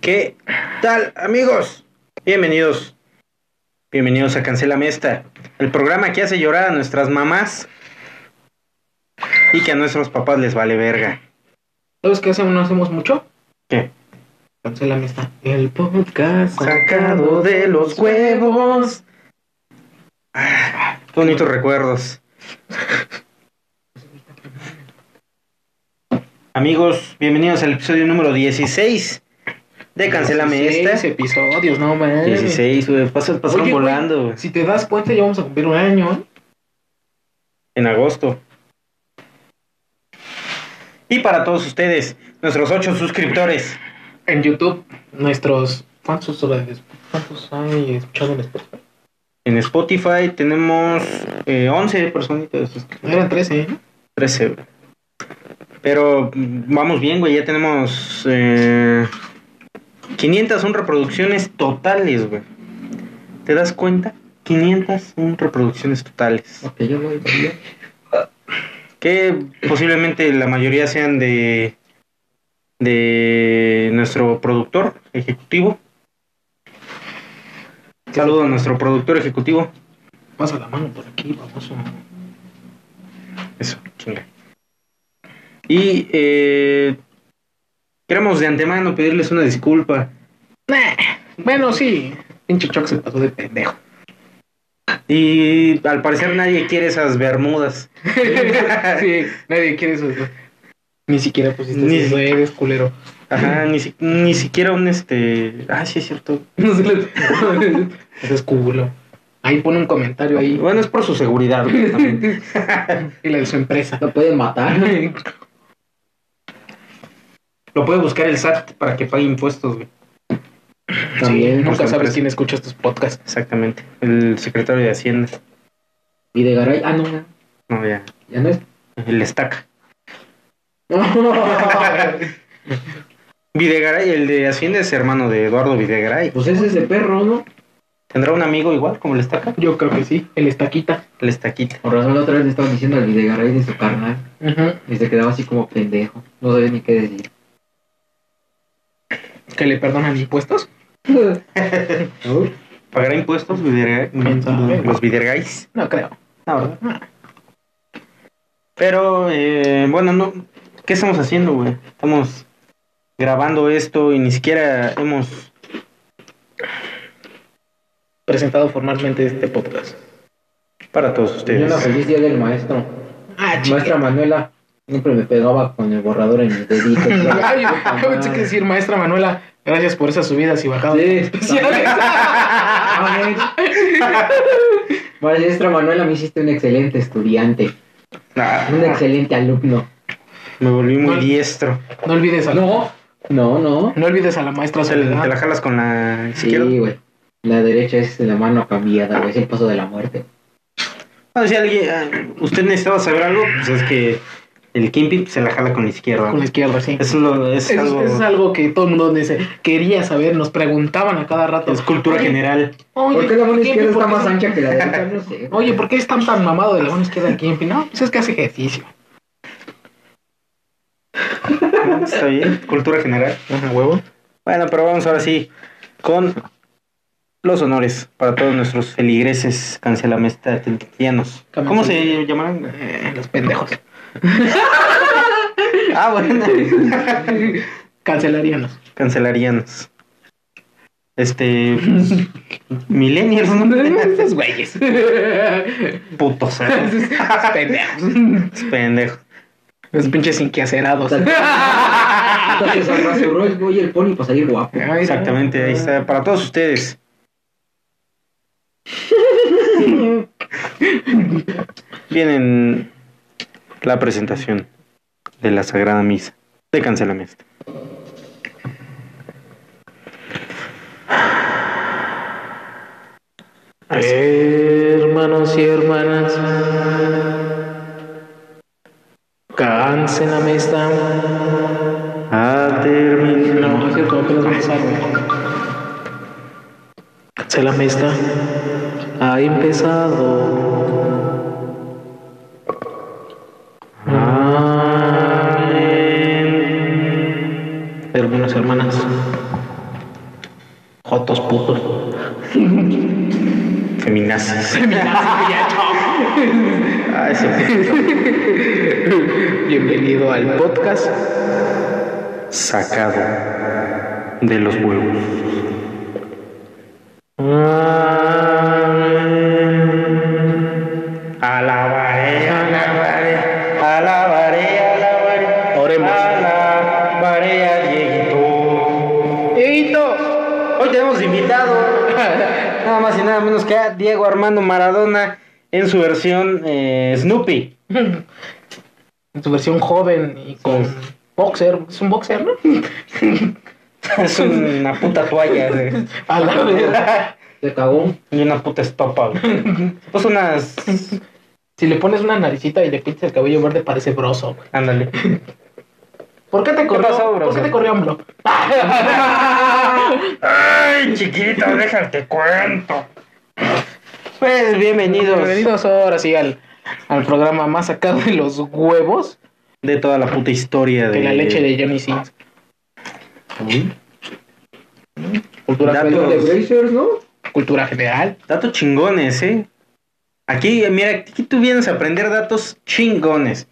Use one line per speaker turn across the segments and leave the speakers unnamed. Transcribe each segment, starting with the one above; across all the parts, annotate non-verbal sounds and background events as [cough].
¿Qué tal, amigos? Bienvenidos. Bienvenidos a Cancelame Esta, el programa que hace llorar a nuestras mamás y que a nuestros papás les vale verga.
¿Sabes qué hacemos? No hacemos mucho.
¿Qué?
Cancela amistad. El podcast
Sacado de los huevos. Ah, bonitos recuerdos. Amigos, bienvenidos al episodio número 16 de Cancelame
Seis
Esta.
episodios, no mames.
16, güey, pasan, pasaron
Oye, güey,
volando. güey.
Si te das cuenta, ya vamos a cumplir un año. ¿eh?
en agosto. Y para todos ustedes, nuestros ocho suscriptores.
En YouTube, nuestros. ¿Cuántos, dólares- cuántos hay escuchado en Spotify?
En Spotify tenemos eh, 11 personitas,
Eran 13, ¿eh?
13. güey. Pero mm, vamos bien, güey, ya tenemos eh, 501 reproducciones totales, güey. ¿Te das cuenta? 501 reproducciones totales.
Ok, yo voy también.
que posiblemente la mayoría sean de de nuestro productor ejecutivo. Saludo a nuestro productor ejecutivo.
Pasa la mano por aquí, vamos. a-
Eso, chinga. Y eh, queremos de antemano pedirles una disculpa.
Nah, bueno, sí. Pinche Choc se pasó de pendejo. [laughs]
Y al parecer nadie quiere esas bermudas.
sí, nadie quiere eso. ¿no? Ni siquiera pusiste
Ni-
eso, eres culero.
Ajá, ni, si- ni siquiera un este. Ah, sí, es cierto.
[laughs] No se les... [laughs] Eso es culo. Ahí pone un comentario ahí.
Bueno, es por su seguridad. güey, también.
Y la de su empresa.
Lo pueden
[laughs]
matar.
Lo puede buscar el SAT para que pague impuestos, güey.
También.
Sí, nunca
su
sabes
empresa.
quién escucha estos podcasts.
pues, Exactamente, el secretario de Hacienda.
Y de Garay. Ah, no,
No, ya,
ya no es. [laughs]
el estaca.
Pues
[laughs] Videgaray, el de Hacienda es hermano de Eduardo Videgaray.
Pues ese es de perro, ¿no?
¿Tendrá un amigo igual como el estaca?
Yo creo que sí. El estaquita.
El estaquita.
Por razón la otra vez le estaban diciendo al Videgaray de su carnal. Y se quedaba así como pendejo. No sabía ni qué decir.
Que le perdonan impuestos.
¿Pagará impuestos Videgaray-
¿Quién sabe?
los Videgays?
No creo.
Ahora. Pero, eh, bueno, no. ¿qué estamos haciendo, güey? Estamos grabando esto y ni siquiera hemos...
Presentado formalmente este podcast.
Para todos
Y una
ustedes.
feliz día del maestro.
Ah,
Maestra Manuela siempre me pegaba con el borrador en mis deditos.
Ay, yo [laughs] pensé que decir, maestra Manuela, gracias por esas subidas y bajadas.
Sí.
especiales.
[laughs] Maestra Manuela, me hiciste un excelente estudiante.
Ah,
Un excelente alumno.
me volví muy
No.
diestro.
No olvides a la,
No, no, no.
no olvides a la maestra
O sea, te
Soledad.
la jalas con la
Sí,
izquierda.
güey. La derecha es la mano cambiada, güey. Es el paso de la muerte.
Bueno, si alguien, ah, usted necesitaba saber algo, pues es que el Kimpi pues, se la jala con la izquierda.
Con la izquierda, sí.
Eso es, lo- es
Eso-
algo,
eso es algo que todo el mundo dice, quería saber, nos preguntaban a cada rato.
es cultura
Oye,
general.
Oye,
¿Por qué la mano
Kimpi,
izquierda
¿por
está
qué
más
es-
ancha que la derecha? No sé.
Oye, ¿por qué están tan mamado de la mano izquierda aquí? No, pues es que hace ejercicio.
Está bien, cultura general.
Ajá, huevo.
Bueno, pero vamos ahora sí con los honores para todos nuestros feligreses cancelamestateanos. ¿Cómo se llamarán?
los pendejos.
Ah, bueno,
[laughs] Cancelaríanos.
cancelarianos. [laughs] Este. Millennials, [laughs] ¿no?
Esos güeyes. Esos
Putos, ¿eh? [laughs]
pendejos.
pendejo.
Los pinches inqueacerados.
Entonces se rasuró el güey y el pony para salir guapo.
Exactamente, ahí está. Para todos ustedes. Vienen la presentación de la Sagrada Misa de Cancelamesta.
[laughs] Eh. Hermanos y hermanas, cáncename esta.
Ha terminado.
No, no es cierto, apenas Se la mezcla. Ha empezado.
Ah.
Amén. Hermanos y hermanas. Jotos putos.
[laughs] Feminazis. Ah, ese
Bienvenido al podcast.
sacado de los huevos. Alabaré, alabaré, alabaré, alabaré.
Oremos.
Alabaré a Dieguito. Dieguito, hoy tenemos invitado. nada más y nada menos que a Diego Armando Maradona en su versión eh, Snoopy. [laughs]
En su versión joven y con
Sí.
boxer. Es un boxer, [laughs] ¿no?
Es una puta toalla. güey. [laughs]
A la verga.
Se cagó.
Y una puta estopa, güey. Pues unas.
Si le pones una naricita y le pintas el cabello verde, parece broso, güey.
Ándale.
¿Por qué te corrió?
pasó,
¿Por
broso?
qué te corrió hombro?
¡Ay, chiquita, déjate cuento! Pues bienvenidos,
Bienvenidos ahora sí al, al programa más sacado de los huevos
de toda la puta historia de
que la leche de Johnny Sins.
Uy,
Cultura,
Datos.
Los de Brazers, ¿no?
cultura general.
Datos chingones, ¿eh? Aquí, mira, aquí tú vienes a aprender datos chingones.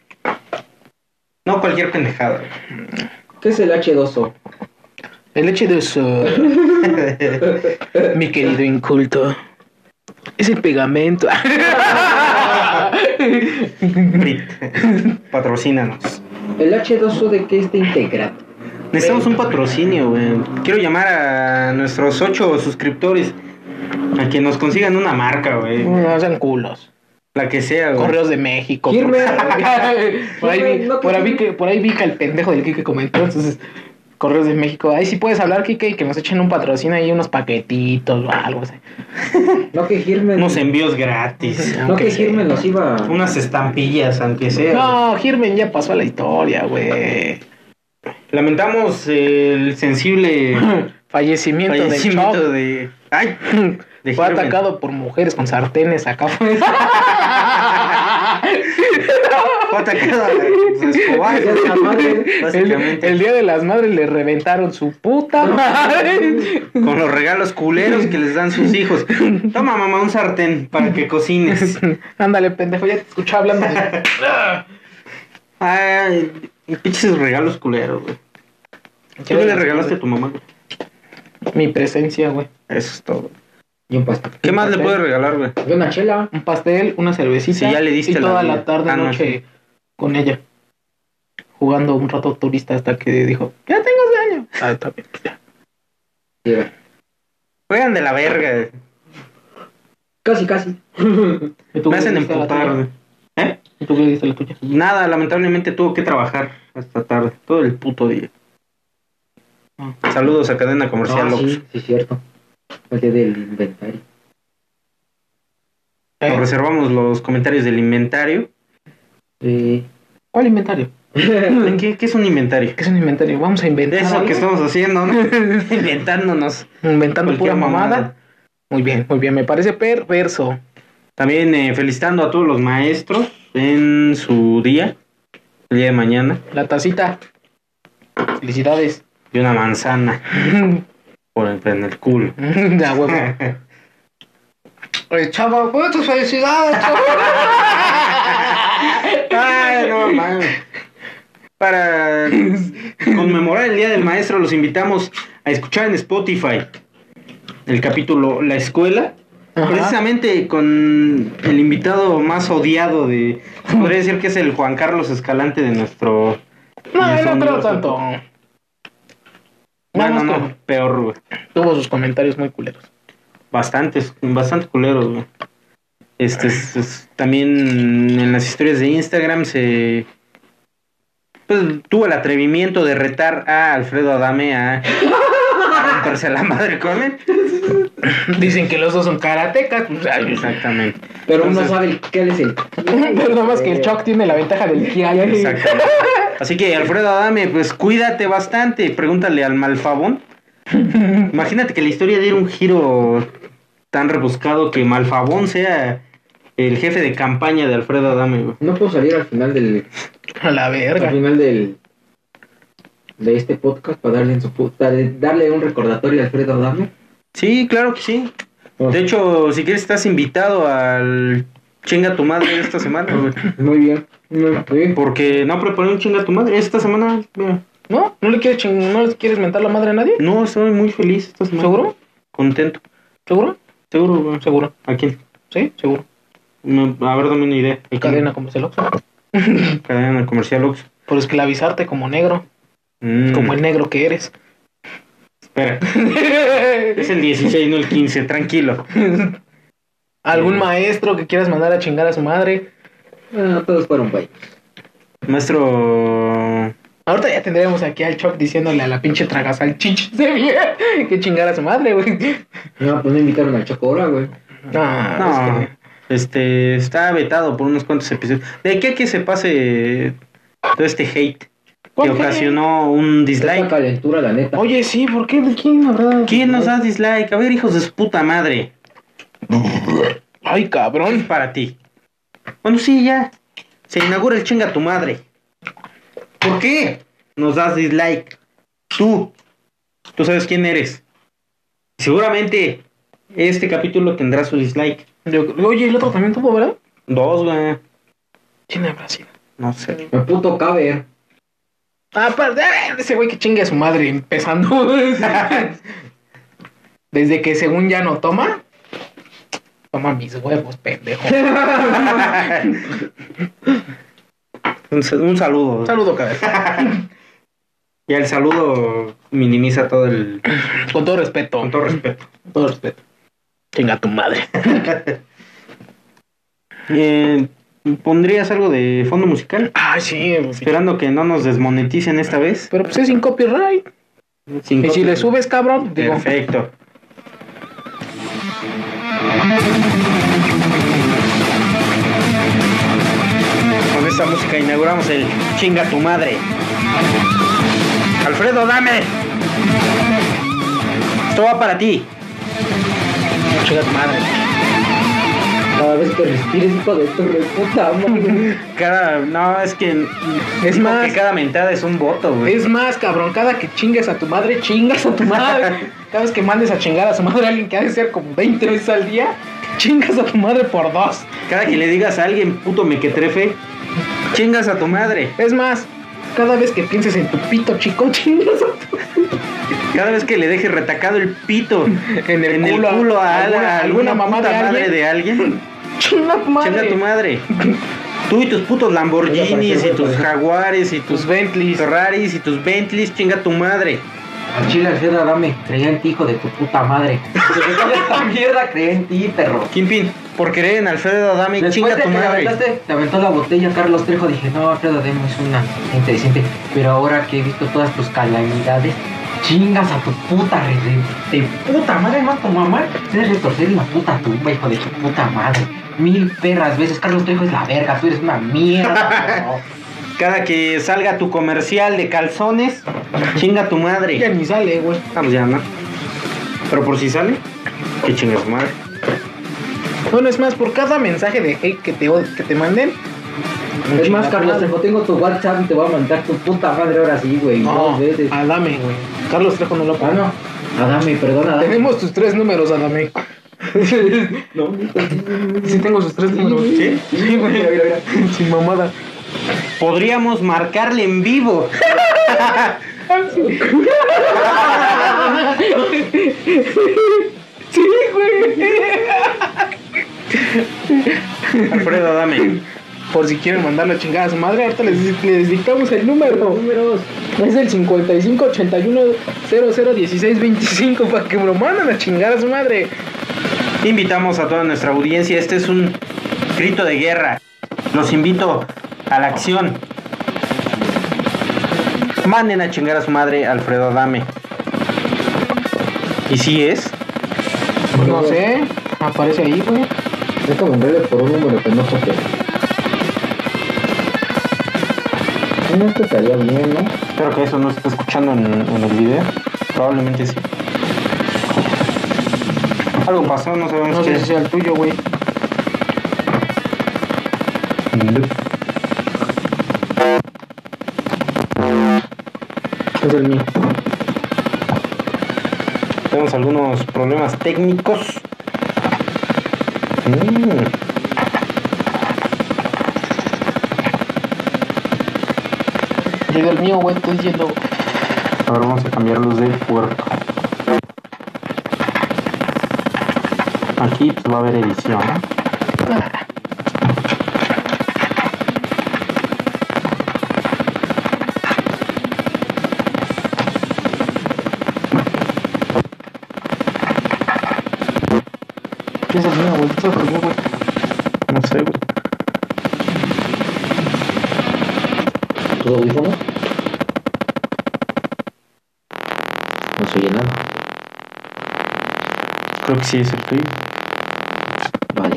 No cualquier
[laughs]
pendejada.
¿Qué es el H2O?
El leche de eso, mi querido inculto. Es
[laughs]
el pegamento.
Brit, patrocínanos.
¿El H2O de qué está integrado?
Necesitamos un patrocinio, güey. Quiero llamar a nuestros ocho suscriptores a que nos consigan una marca, güey.
no sean culos.
La que sea, güey.
Correos de México.
Kirme.
[laughs]
por, ahí, vi-
No, que-
por, ahí vi que, por ahí vi que el pendejo del Kike comentó. Entonces, Correos de México. Ahí sí puedes hablar, Kike, y que nos echen un patrocinio ahí, unos paquetitos o algo así.
No que Girmen.
Unos envíos
No
gratis.
que
Aunque sea.
Girmen los iba.
Unas estampillas, aunque sea.
No, Girmen ya pasó a la historia, güey.
Lamentamos el
[laughs]
sensible
Fallecimiento,
fallecimiento
del
de.
[laughs]
¡Ay!
Choc.
de
Fue
Girmen.
atacado por mujeres con
[laughs]
sartenes acá. [laughs]
Fue atacado a los Escobar.
Ya la madre.
el,
Básicamente.
el día de las madres le reventaron su puta madre.
Con los regalos culeros que les dan sus hijos. Toma, mamá, un sartén para que cocines.
[laughs] Ándale, pendejo, ya te escuchaba hablando. de-
[laughs] Ay, pinches regalos culeros, güey. ¿Qué le regalaste a tu mamá? güey?
Mi presencia, güey.
Eso es todo.
Y un pastel.
¿Qué más le puedes regalar, güey?
Y una chela.
Un pastel, una cervecita.
Sí, ya le diste
y
la
toda la,
vida.
tarde,
Ah, no,
noche con ella. Jugando un rato turista hasta que dijo, ya tengo sueño. Ah, está bien, pues ya.
Lleva.
Juegan de la verga. güey.
Casi,
[laughs]
casi.
¿Y tú
Me
qué
hacen
diste a la
emputar,
tuya?
güey. ¿Eh?
¿Y tú qué diste a la tuya?
Nada, lamentablemente tuvo que trabajar hasta tarde, todo el puto día.
Ah,
Saludos a cadena comercial
Ah,
Ox.
sí, sí, cierto. El día del inventario.
Eh,
Nos reservamos los comentarios del inventario.
Sí. [laughs]
¿Cuál inventario? Mm.
¿Qué, qué es un inventario?
¿Qué es un inventario? Vamos a inventar.
Eso
algo.
que
[laughs]
estamos haciendo, ¿no? inventándonos.
Inventando
cualquier
pura mamada.
mamada.
Muy bien, muy bien. Me parece perverso.
También eh, felicitando a todos los maestros en su día, el día de mañana,
La tacita. Felicidades. [laughs]
y una manzana por el, en el
[laughs]
culo.
La huevo. Eh, Chava, pues, tus felicidades, chava.
Ay, no mames. Para conmemorar el Día del Maestro, los invitamos a escuchar en Spotify el capítulo La Escuela.
Ajá.
Precisamente con el invitado más odiado de. se Podría decir que es el Juan Carlos Escalante de nuestro.
No,
de
no creo
nuestro-
tanto.
No,
Nada
no,
más
no, peor, güey.
que Tuvo sus comentarios muy culeros.
Bastantes, bastante culeros, güey. Este, es- es- también en las historias de Instagram se. Pues tuvo el atrevimiento de retar a Alfredo Adame a. a romperse la madre con él.
Dicen que los dos son karatecas. pues, ay,
Exactamente.
Pero uno
Entonces-
sabe el- qué
[laughs]
es el.
Pero [laughs] nada más que el Chuck tiene la ventaja del Kiai.
Exactamente. Así que, Alfredo Adame, pues cuídate bastante. Pregúntale al malfabón Imagínate que la historia diera un giro tan rebuscado que Malfabón sea el jefe de campaña de Alfredo Adame, güey.
No puedo salir al final del.
A la
Al
verga.
final del. De este podcast para darle en su pu- darle, darle un recordatorio a Alfredo Adame.
Sí, claro que sí.
Oh.
De hecho, si quieres, estás invitado al chinga tu madre esta semana, güey.
Muy bien. Muy bien.
Porque no preparé un chinga tu madre. Esta semana, mira,
¿No? ¿No le quieres, ching- ¿No le quieres mentar la madre a nadie?
no estoy muy feliz esta semana.
¿Seguro?
Contento.
¿Seguro?
Seguro, güey.
Seguro.
¿A quién?
¿Sí? Seguro.
No, a ver, dame una idea. ¿A quién?
Cadena como se lo
Cadena comercial Ox.
Por esclavizarte como negro. Como el negro que [laughs] eres.
Espera, es el 16, no el 15, tranquilo. Eh.
¿Algún maestro que quieras mandar a chingar a su madre?
Ah, todos fueron güey.
Maestro.
Ahorita ya tendríamos aquí al Choc diciéndole a la pinche tragasalchicha [laughs] de vieja que chingar a su madre, güey.
No, pues no invitaron al Choco ahora, güey.
No,
No,
es que-
este está vetado por unos cuantos episodios. De aquí a que se pase todo este hate que
¿Cuál hate?
ocasionó un
Esta
dislike.
calentura, la neta.
Oye, sí, ¿por qué? ¿De quién habrá?
¿Quién nos da dislike? A ver, hijos de su puta madre.
Ay, cabrón.
Para ti. Bueno, sí, ya. Se inaugura el chinga tu madre. ¿Por qué nos das dislike? Tú. Tú sabes quién eres. Seguramente este capítulo tendrá su dislike.
Yo- oye, el otro también tuvo, ¿verdad?
Dos, güey.
¿Quién habrá sido?
No
[laughs]
sé. [laughs]
Me puto eh. caber.
Aparte, ah, ese güey que chingue a su madre empezando. [laughs] Desde que según ya no toma, toma mis
[laughs]
huevos, pendejo.
Un, sa- un saludo.
Un saludo, cabrón.
[laughs] Ya el saludo minimiza todo el.
Con todo respeto.
Con todo respeto.
Con todo respeto. Chinga a tu madre.
[laughs] Eh, ¿Pondrías algo de fondo musical?
Ah, sí, pues sí.
Esperando que no nos desmoneticen esta vez.
Pero pues es sin copyright.
Sin
Y si
copia.
le subes, cabrón, digo,
Perfecto. Con esta música inauguramos el chinga tu madre. Alfredo, dame. Esto va para ti.
chinga tu madre.
Cada vez que respires, hijo de tu re puta madre.
Cada, no, es que
Es
digo
más-
que cada mentada es un voto, güey.
Es más, cabrón, cada que chingues a tu madre, chingas a tu madre. Cada vez que mandes a chingar a su madre a alguien que ha de ser como 20 veces al día, chingas a tu madre por dos.
Cada que le digas a alguien, puto mequetrefe, chingas a tu madre.
Es más, cada vez que pienses en tu pito chico, [laughs] chingas a tu
Cada vez que le dejes retacado el pito
[laughs] En el culo a-
a,
alguna-
alguna,
alguna mamá
mamá
de
madre
alguien.
de alguien,
Chinga a tu madre.
chinga a tu madre. Tú y tus putos Lamborghinis y tus Jaguares y
Tus
tus
Bentleys.
Ferraris y tus Bentleys, chinga a tu madre.
[laughs] Al chile, Alfredo Adame, creía en ti, hijo de tu puta [laughs] madre. Después de esta mierda, creía en ti, perro.
Kimpin, por querer en Alfredo Adame,
Después
chinga a
de
tu
que
madre.
aventaste- te aventó la botella Carlos Trejo, dije, no, Alfredo Adame es una gente decente. Pero ahora que he visto todas tus calamidades, chingas a tu puta re de, de puta madre, más tu mamá. Debes retorcer en la puta tumba, hijo de tu puta madre. Mil perras veces, Carlos Trejo es la verga, tú eres una [laughs] mierda.
Cada que salga tu comercial de calzones, chinga a tu madre.
Ya ni sale, güey.
Ah, pues ya, ¿no? Pero por si sale, que chinga su madre.
Bueno, es más, por cada mensaje de hate que te, que te manden,
perro. Es más, Carlos Trejo, tengo tu WhatsApp y te voy a mandar tu puta madre ahora sí, güey.
no,
dos veces.
Adame, güey. Carlos Trejo no lo
Ah,
pone.
no. Adame, perdón, Adame.
Tenemos tus tres números, [laughs] Adame.
No,
Sí, tengo sus tres números.
¿Sí?
Sí, güey.
Mira, mira,
Sin mamada.
Podríamos marcarle en
[laughs]
vivo.
Ah, Sí, güey.
Alfredo, dame.
Por si quieren mandarlo a chingar a su madre, ahorita les, les dictamos el número.
números.
Es el 55 81 00 16 25 para que me lo manden a chingar a su madre.
Invitamos a toda nuestra audiencia. Este es un grito de guerra. Los invito a la acción. Manden a chingar a su madre, Alfredo Adame. ¿Y si es?
No sé, aparece ahí, güey.
Déjame mandarle por un número que no toque. No te estaría bien, ¿no?
Espero que eso no se esté escuchando en, en el video. Probablemente sí. Algo pasó, no sabemos
No
qué.
sé si sea el tuyo, güey. Es el mío.
Tenemos algunos problemas técnicos. Mm.
Y del mío, güey, estoy diciendo.
Ahora vamos a cambiarlos de puerto. Aquí pues, va a haber edición. ¿no?
¿Qué es el mío, güey? ¿Qué es el mío, güey?
No sé, güey.
¿Tus audífonos? No se oye nada.
Creo que sí es el tuyo.
Vale,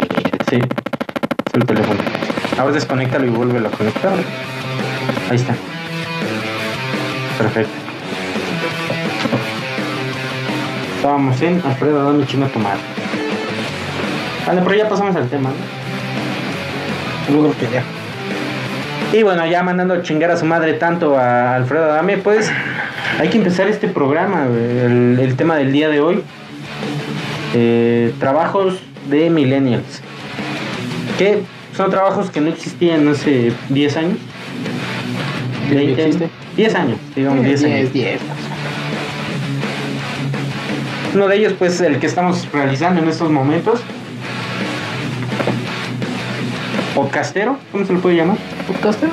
Sí, es el teléfono. Ahora desconéctalo y vuélvelo a conectar. Ahí está. Perfecto. Estábamos en Alfredo, dame chinga tu madre. Vale, pero ya pasamos al tema, ¿no?
Yo creo que ya.
Y bueno, ya mandando a chingar a su madre tanto a Alfredo Adame, pues hay que empezar este programa, güey, el, el tema del día de hoy. Eh, trabajos de millennials. Que son trabajos que no existían hace 10 años.
¿Y
20 años.
existe?
10 años, digamos 10 años.
10.
Uno de ellos, pues, el que estamos realizando en estos momentos. Podcastero, ¿cómo se le puede llamar?
¿Podcaster?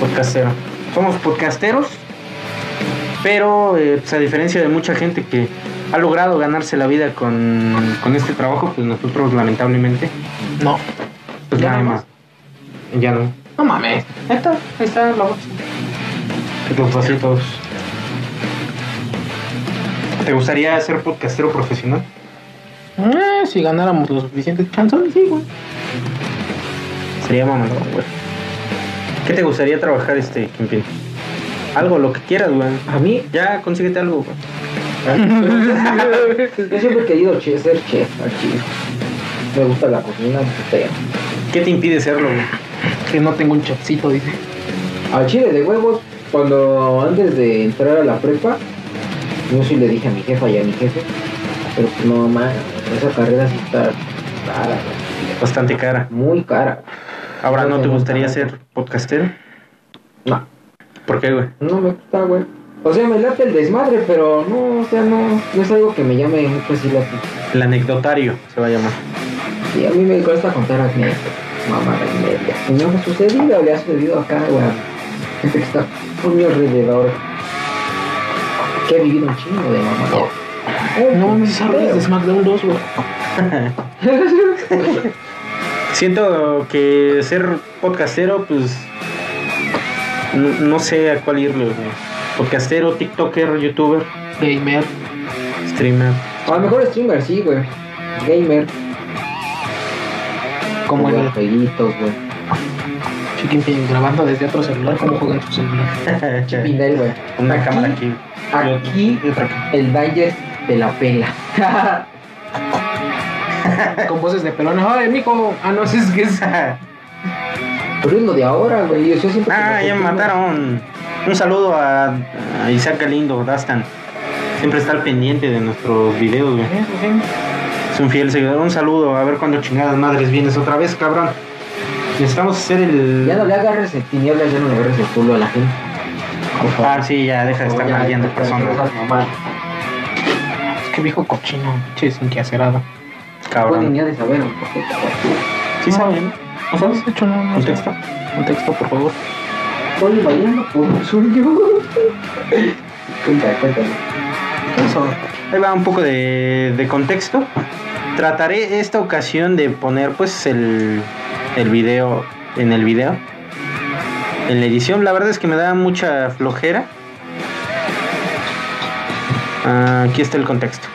Podcastero. Somos podcasteros, pero eh, pues, a diferencia de mucha gente que ha logrado ganarse la vida con, con este trabajo, pues nosotros lamentablemente,
No.
pues
Ya
nada
no
más. Ya no.
No mames.
Ahí está, ahí está la voz. Los pasé a todos. ¿Te gustaría ser podcastero profesional?
Eh, si ganáramos los suficientes chanzones, sí, güey.
Sería mamador, güey. ¿Qué te gustaría trabajar este, Kimpin? Algo, lo que quieras, güey.
A mí,
Ya, consíguete algo, güey.
yo siempre he querido che- ser chef aquí. Me gusta la cocina. me gusta ya.
¿Qué te impide serlo, güey?
que no tengo un chapcito, dice.
Al chile de huevos, cuando antes de entrar a la prepa, yo sí le dije a mi jefa y a mi jefe, pero pues, no mamá, esa carrera sí está cara,
Bastante cara.
muy cara.
Ahora no te gustaría ser podcastero.
No,
¿Por qué, güey?
no me gusta, güey. O sea, me late el desmadre, pero no, o sea, no, no es algo que me llame pues, mucho así la atención.
El anecdotario se va a llamar.
Y a mí me cuesta contar a mamá y media. Y no me ha sucedido, le ha sucedido acá, güey. Gente que está por mi alrededor. Que he vivido un chingo de mamá. Eh,
No mames, esa rueda es de SmackDown 2, güey.
Siento que ser podcastero, pues. No, no sé a cuál irle, güey. Podcastero, TikToker, YouTuber,
Gamer.
streamer.
A lo mejor streamer, sí, güey. Gamer.
Como
Jugar
el
jueguitos, güey.
Chicken Pin grabando desde otro celular, como juega en su celular. [laughs]
Pinel, güey.
Una
Aquí-
cámara aquí.
Aquí
y otra
[laughs]
acá.
el Danger de la pela.
Con voces de pelones. ¡Ay, mico! Ah, no, es que [laughs] es.
Pero es lo de ahora, güey. Yo siento que
Ah,
me
ya me
acostumbro.
mataron. Un saludo a, a Isaac Galindo, Dastan. Siempre está al pendiente de nuestros videos, güey. Es un fiel seguidor. Un saludo. A ver cuándo chingadas madres vienes otra vez, cabrón. Necesitamos hacer el.
Ya no le agarres el tinieblas, ya no le agarres el culo a la gente. Por favor.
Ah, sí, ya deja de estar
Oh, Ya,
maldiendo
ya,
personas.
esas mamadas.
Es que viejo cochino. Che, sin que acerado.
Pueden
Cabrón.
ya de saber, por qué, cabrón.
Sí saben. ¿No sabes?
De hecho, no, no. sé.
Contexto.
Un texto, por favor.
Estoy bailando por un sueño. Cuéntame, cuéntame.
Eso.
Ahí va un poco de, de contexto. Trataré esta ocasión de poner pues el, el video en el video. En la edición, la verdad es que me da mucha flojera. Ah, aquí está el contexto.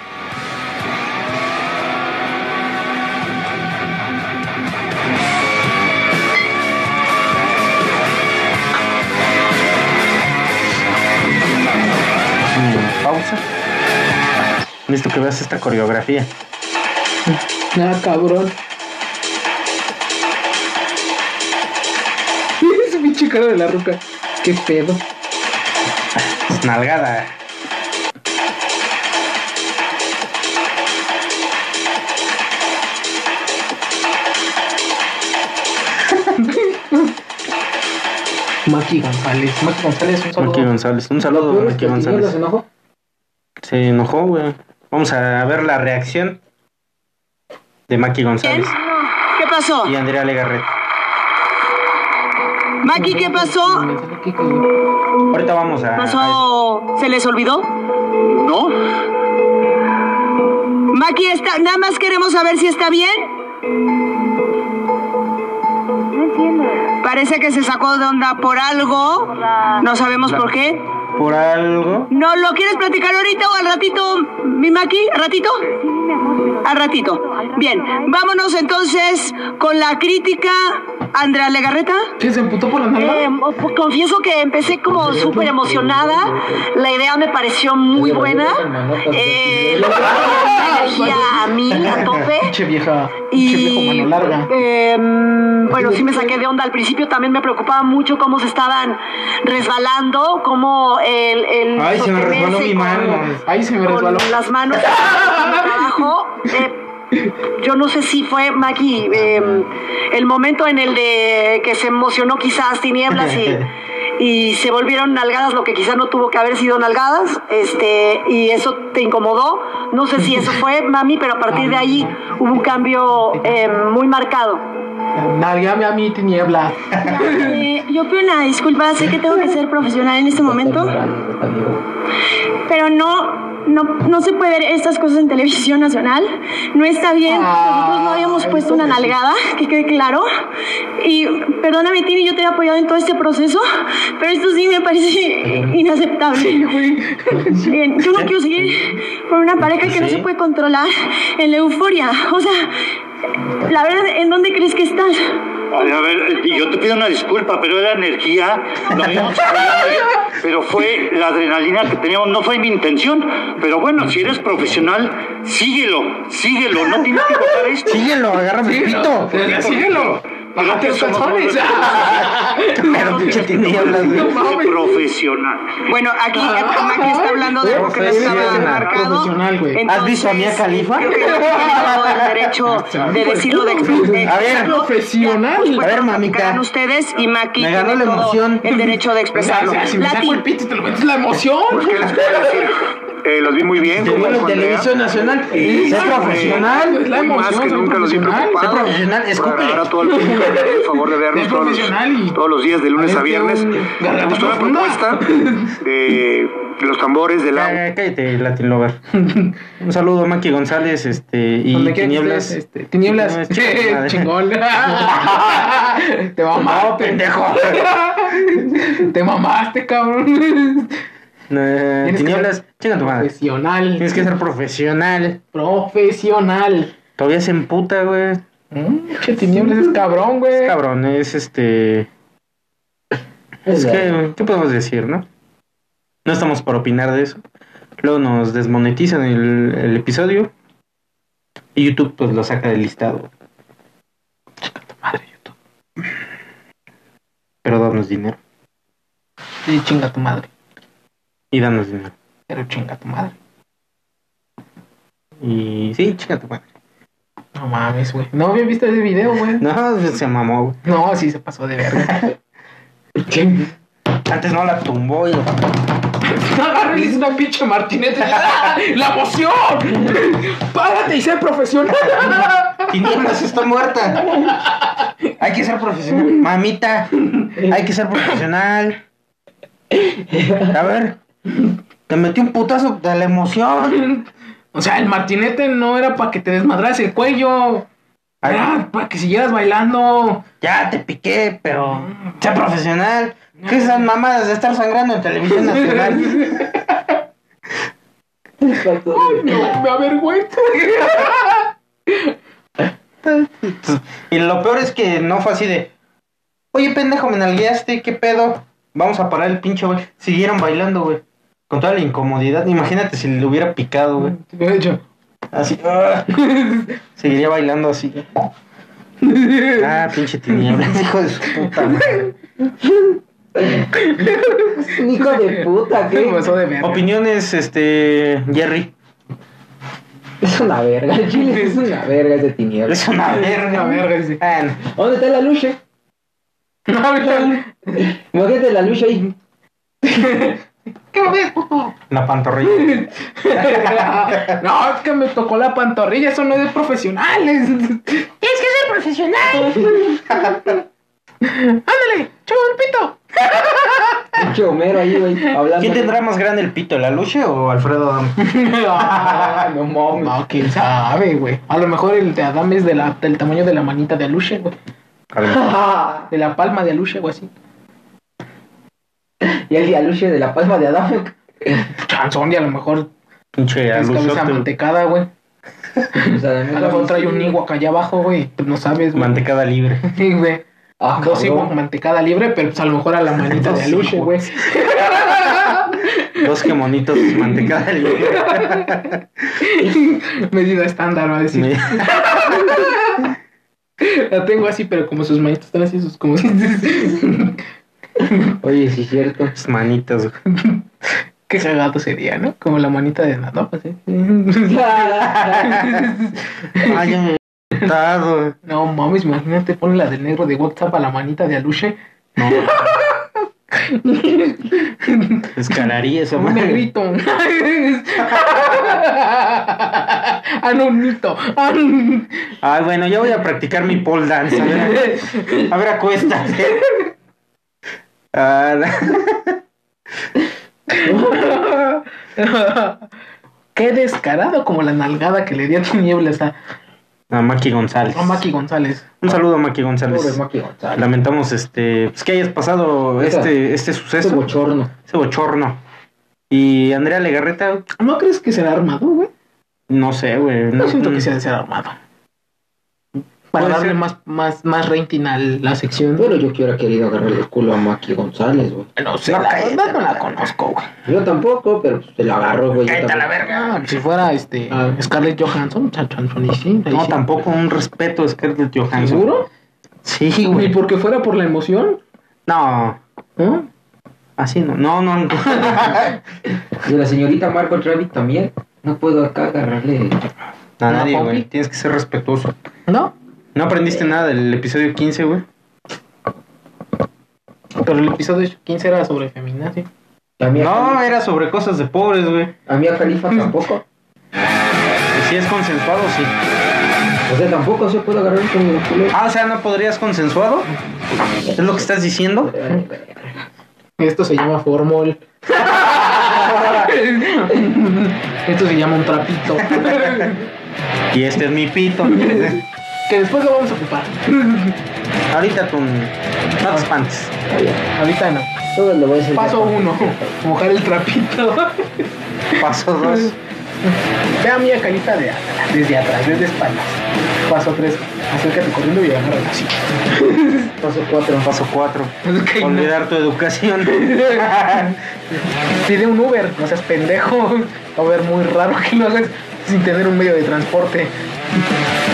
Mm, Pausa. Listo que veas esta coreografía.
Ah, cabrón. [laughs] Es pinche cara de la ruca. Qué pedo.
Es nalgada.
Maki González. Maki González, un
Maki González. Un saludo
saludo. Lo peor
a
es que
Maki
el señor
González.
se enojó.
Se enojó, güey. Vamos a ver la reacción de Maki González
¿Qué pasó?
y Andrea Legarreta.
Maki, ¿qué pasó?
Me dijo que cayó.
Ahorita vamos a. a-
¿Pasó? ¿Se les olvidó?
No,
Maki, está... nada más queremos saber si está bien.
No entiendo.
Parece que se sacó de onda por algo.
La...
No sabemos por qué.
por algo.
¿No lo quieres platicar ahorita o al ratito, mi Maki? ¿Ratito?
Sí, mi amor, pero...
Al ratito. Bien, vámonos entonces con la crítica. Andrea Legarreta.
¿Qué se emputó por la
eh,
nalga?
mo- pues, confieso que empecé como súper emocionada, la idea me pareció muy buena, eh, le puse una energía a mil, a tope,
Pinche vieja. Pinche viejo
y
mano larga.
eh, bueno, sí me saqué de onda al principio, también me preocupaba mucho cómo se estaban resbalando, cómo el... el
Ay, se me
sostenerse
resbaló mi
con-
mano.
Ahí se me resbaló.
con las manos [laughs] abajo. eh, yo no sé si fue Maggie eh, el momento en el de que se emocionó quizás tinieblas y, y se volvieron nalgadas lo que quizás no tuvo que haber sido nalgadas, este y eso te incomodó. No sé si eso fue mami, pero a partir de ahí hubo un cambio eh, muy marcado.
Nalgame a mí, tiniebla.
Eh, yo pido una disculpa, sé que tengo que ser profesional en este momento, pero no, no, no se puede ver estas cosas en televisión nacional, no está bien, nosotros no habíamos puesto una nalgada, que quede claro, y perdóname Tini, yo te he apoyado en todo este proceso, pero esto sí me parece inaceptable. Bien, yo no quiero seguir con una pareja que no se puede controlar en la euforia, o sea, la verdad, ¿en dónde crees que estás?
Ay, A ver, eh, yo te pido una disculpa, pero era energía, lo habíamos hablado bien, pero fue la adrenalina que teníamos, no fue mi intención, pero bueno, si eres profesional, síguelo, síguelo, no tienes que votar esto.
Síguelo, agárrame el pito.
Síguelo. Bájate los calzones.
Pero pinche tinieblas, güey.
No mames.
profesional.
Bueno, aquí eh, Maki está hablando de algo que no estaba marcado.
Profesional, güey.
¿Has visto a Mia Khalifa?
creo que tengo el derecho de decirlo, de expresarlo.
A ver,
[laughs]
Ya,
profesional.
por
A ver,
supuesto,
mamita.
platicarán ustedes y Maki
Me ganó
tiene
la
todo
emoción.
el derecho de expresarlo.
O sea, si me
Lati,
saco el pito y te lo metes la emoción.
Eh, los vi muy bien,
Te
como
vio
dijo
en
Andrea.
televisión nacional.
Sí,
Sé
sí,
profesional.
Es la
Hoy
emoción.
más que
soy
nunca los vi
profesional.
Sé
preocupados.
profesional,
Por agradar
escúpele.
a todo el público que tiene el favor de vernos
Es
todos los,
profesional y-
todos los días de lunes a
Parece
viernes.
un
Me
garganta
gustó la
profunda.
propuesta de los tambores del agua.
Ya, Cállate, Latin Lover.
[laughs]
Un saludo a Maki González este, y
Donde quiera que
Tinieblas.
estés, este, tinieblas. [laughs]
Tinieblas, [laughs]
Chingón. Te
No,
mamaste. [laughs]
pendejo.
Te
[laughs]
mamaste, cabrón.
Eh,
Tienes que
tinieblas,
ser
chinga tu madre.
Profesional.
Tienes que ser profesional.
profesional.
Todavía se emputa, güey.
Mm, Che, tinieblas es cabrón, güey.
Es cabrón, es este. Es que, ¿qué podemos decir, no? No estamos para opinar de eso. Luego nos desmonetizan el, el episodio. Y YouTube, pues lo saca del listado. Chica tu madre, YouTube. Pero danos dinero.
Sí, chinga tu madre.
Y danos dinero.
Pero chinga tu madre.
Y sí, chica tu madre.
No mames, güey. No había visto ese video, güey.
No, pues, se mamó. güey.
No, sí se pasó de
[laughs]
verga.
Antes no la tumbó. Y...
Agárrales una pinche martineta.
[laughs]
¡La emoción! ¡Párate y sé
[laughs]
profesional!
Tinieblas está muerta. Hay que ser profesional. Mamita, hay que ser profesional. A ver, te metí un putazo de la emoción.
O sea, el martinete no era para que te desmadras el cuello.
Ay.
Era para que siguieras bailando.
Ya te piqué, pero sea profesional. ¿Qué esas mamadas de estar sangrando en televisión nacional?
Ay, no, me avergüenza.
Y lo peor es que no fue así de, oye pendejo, me nalgueaste, ¿qué pedo? Vamos a parar el pinche güey. Siguieron bailando, güey. Con toda la incomodidad. Imagínate si le hubiera picado, güey.
De hecho.
Así. [laughs] ah, Seguiría bailando [laughs] así. Ah, pinche tinieblas, [laughs] hijo de su puta madre.
Nico de puta,
¿Qué
¿qué?
pasó de verga?
Opiniones, este. Jerry.
Es una verga, el chile es una verga ese tinieblas.
Es [laughs] una
Una
verga.
verga, sí.
Ah, no.
¿Dónde está la lucha?
No, ahorita-
Imagínate la lucha ahí.
¿Qué ves, puto?
La pantorrilla.
No, es que me tocó la pantorrilla, eso no es de profesionales. Tienes que ser profesional. Ándale, chupón
Pinche Homero ahí, güey, hablando.
¿Quién tendrá más grande el pito, la lucha o Alfredo [laughs] Adame?
pito. Ah,
No mames.
No, quién sabe, güey. A lo mejor el de Adam es de la- del tamaño de la manita de Aluche, güey.
A lo mejor.
De la palma de Aluche, güey, así.
Y el dialuche de la palma de Adán.
Chanzón y a lo mejor
Pinche
es cabeza
alusote.
mantecada, güey.
O sea,
A lo mejor trae un higo acá allá abajo, güey. Pues no sabes, güey.
Mantecada libre.
[laughs] Sí, güey.
Ah,
Dos higos
cabrón.
mantecada libre, pero pues a lo mejor a la manita de
Dos
Aluche,
higos.
güey. [laughs]
Dos [laughs] quemonitos mantecada libre.
Medida estándar, va a decir. La tengo así, pero como sus manitas están así, sus como.
Oye, sí es cierto.
Mis manitas, güey.
[laughs] Qué cagado sería, ¿no? Como la manita de nada, pues, ¿eh?
Ay, ya me he gustado.
[laughs] No mames, imagínate, pone la del negro de WhatsApp a la manita de Aluche.
No. Escalaría esa
Un
madre.
negrito. [laughs] ah, no, un mito. Ah, no.
Ay, bueno, ya voy a practicar mi pole dance. A ver,
[laughs]
a ver acuéstate. Ah, la-
Qué descarado como la nalgada que le dio a Tinieblas a,
a Maki González.
a Maki González.
Un saludo a Maki
Pobre
González.
Maki González.
Lamentamos este pues, que hayas pasado
Esa-
este, este
Ese
suceso,
bochorno.
ese bochorno. Y Andrea Legarreta,
¿No crees que será armado, güey?
no sé, güey.
No
no-
siento que sea de ser armado. Para
Puede
darle
ser.
más, más, más rating a la sección.
Pero yo quiera querido agarrarle el culo a Maki González, güey.
No sé,
No,
la
cállate,
verdad no la conozco, güey.
Yo tampoco, pero pues, te la agarro, güey. Cállate la verga.
Ah, si fuera este
Ah.
Scarlett Johansson, Johansson y sí, ahí
No,
sí.
tampoco un respeto a Scarlett Johansson.
¿Seguro?
Sí,
¿Y [laughs]
güey.
porque fuera por la emoción?
No,
¿No?
así no. No, no. A
Y la señorita Marco Travic también. No puedo acá agarrarle.
nadie,
No,
güey.
Poppy.
Tienes que ser respetuoso.
¿No?
No aprendiste nada del episodio 15, güey.
Pero el episodio 15 era sobre feminazi.
A mí a
No,
Califa-
era sobre cosas de pobres, güey.
a mí a Califa tampoco.
Y Si es consensuado, sí.
O sea, tampoco se puede agarrar con el culo.
Ah, o sea, ¿no podrías consensuado? ¿Es lo que estás diciendo?
Esto se llama formol. Esto se llama un trapito.
Y este es mi
[laughs]
pito.
que después lo vamos a ocupar.
Ahorita tú no te espantes.
Ahorita no.
Todo lo voy a hacer.
Paso uno, mojar el trapito.
Paso dos.
Ve a mi carita de atrás, desde atrás, desde espaldas. Paso tres, acércate corriendo y agarra así.
Paso cuatro.
Paso cuatro.
Ok, no.
Olvidar tu educación.
Pide un Uber, no seas pendejo. Va a ver muy raro que lo hagas sin tener un medio de transporte.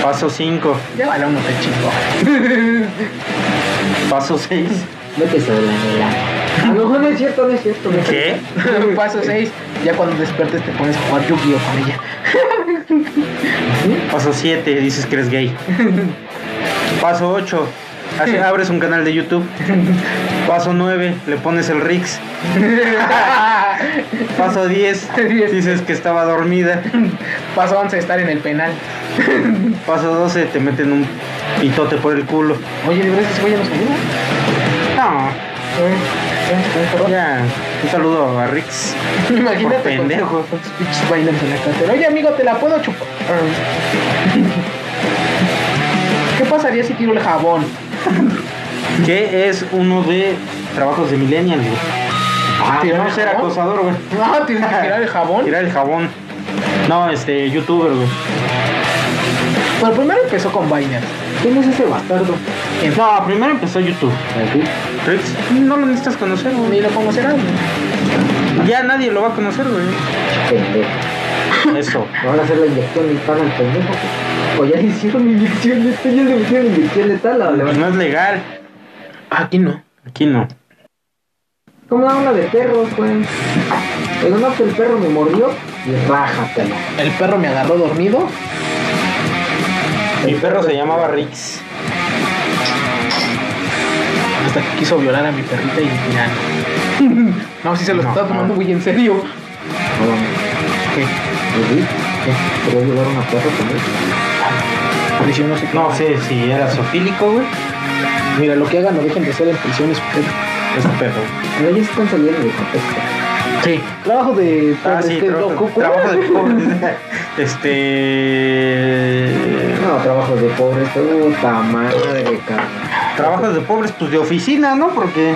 Paso cinco.
Ya vale uno te chingo.
Paso seis.
Vete sobre la mela. Ah, No, no es cierto, no es cierto. no es cierto.
¿Qué?
Paso seis, ya cuando despiertes te pones a jugar Yu-Gi-Oh con ella.
Paso 7, dices que eres gay. Paso 8, abres un canal de YouTube. Paso 9, le pones el
[laughs]
Rix. Paso 10, dices que estaba dormida.
Paso 11, estar en el penal.
Paso 12, eh, te meten un pitote por el culo.
Oye, de verdad, ese güey ya nos ayuda.
No,
Eh, eh, eh,
[laughs]
perdón.
ya. Un saludo a Rix.
Imagínate
Por pendejo.
Con, con tus pinches bailes en la cartera. Oye, amigo, te la puedo chupar. Ah. ¿Qué pasaría si tiro el jabón?
Que es uno de trabajos de Millennial, güey. Que no ser acosador, güey. [laughs]
No, tienes Ah, que tirar el jabón.
Tirar el jabón. No, este, youtuber, güey.
Pero primero empezó con Binance.
¿Quién es ese bastardo?
No, primero empezó YouTube. Rix, no lo necesitas conocer, güey.
Ni lo conocerán.
Ya nadie lo va a conocer, güey.
Pendejo.
Eso.
Me van a hacer la inyección y pagan pendejo. O ya le hicieron inyección letal, ya le metieron inyección letal. o le van-
No es legal. Ah, aquí no. Aquí no.
¿Cómo da una de perros, güey? Pero no que el perro me mordió y rájatela.
El perro me agarró dormido.
Mi perro se llamaba Rix.
Hasta que quiso violar a mi perrita y ya no. [laughs] No, si se lo
No,
estaba
no.
tomando muy en serio.
No, no.
¿Qué?
¿Y sí? ¿Qué? ¿Quería llevar una perra también?
Prisión no sé qué.
No sé si era sofílico, güey.
Mira, lo que hagan no dejen de hacer en prisiones.
Ese perro.
Pero ya se están saliendo de contexto.
Sí. Pues Trabajo de...
Ah, sí,
de-
trabajo,
loco.
trabajo de pobres. Este.
No, trabajo de pobre, puta madre, cabrón.
Trabajos de pobres, pues de oficina, ¿no? Porque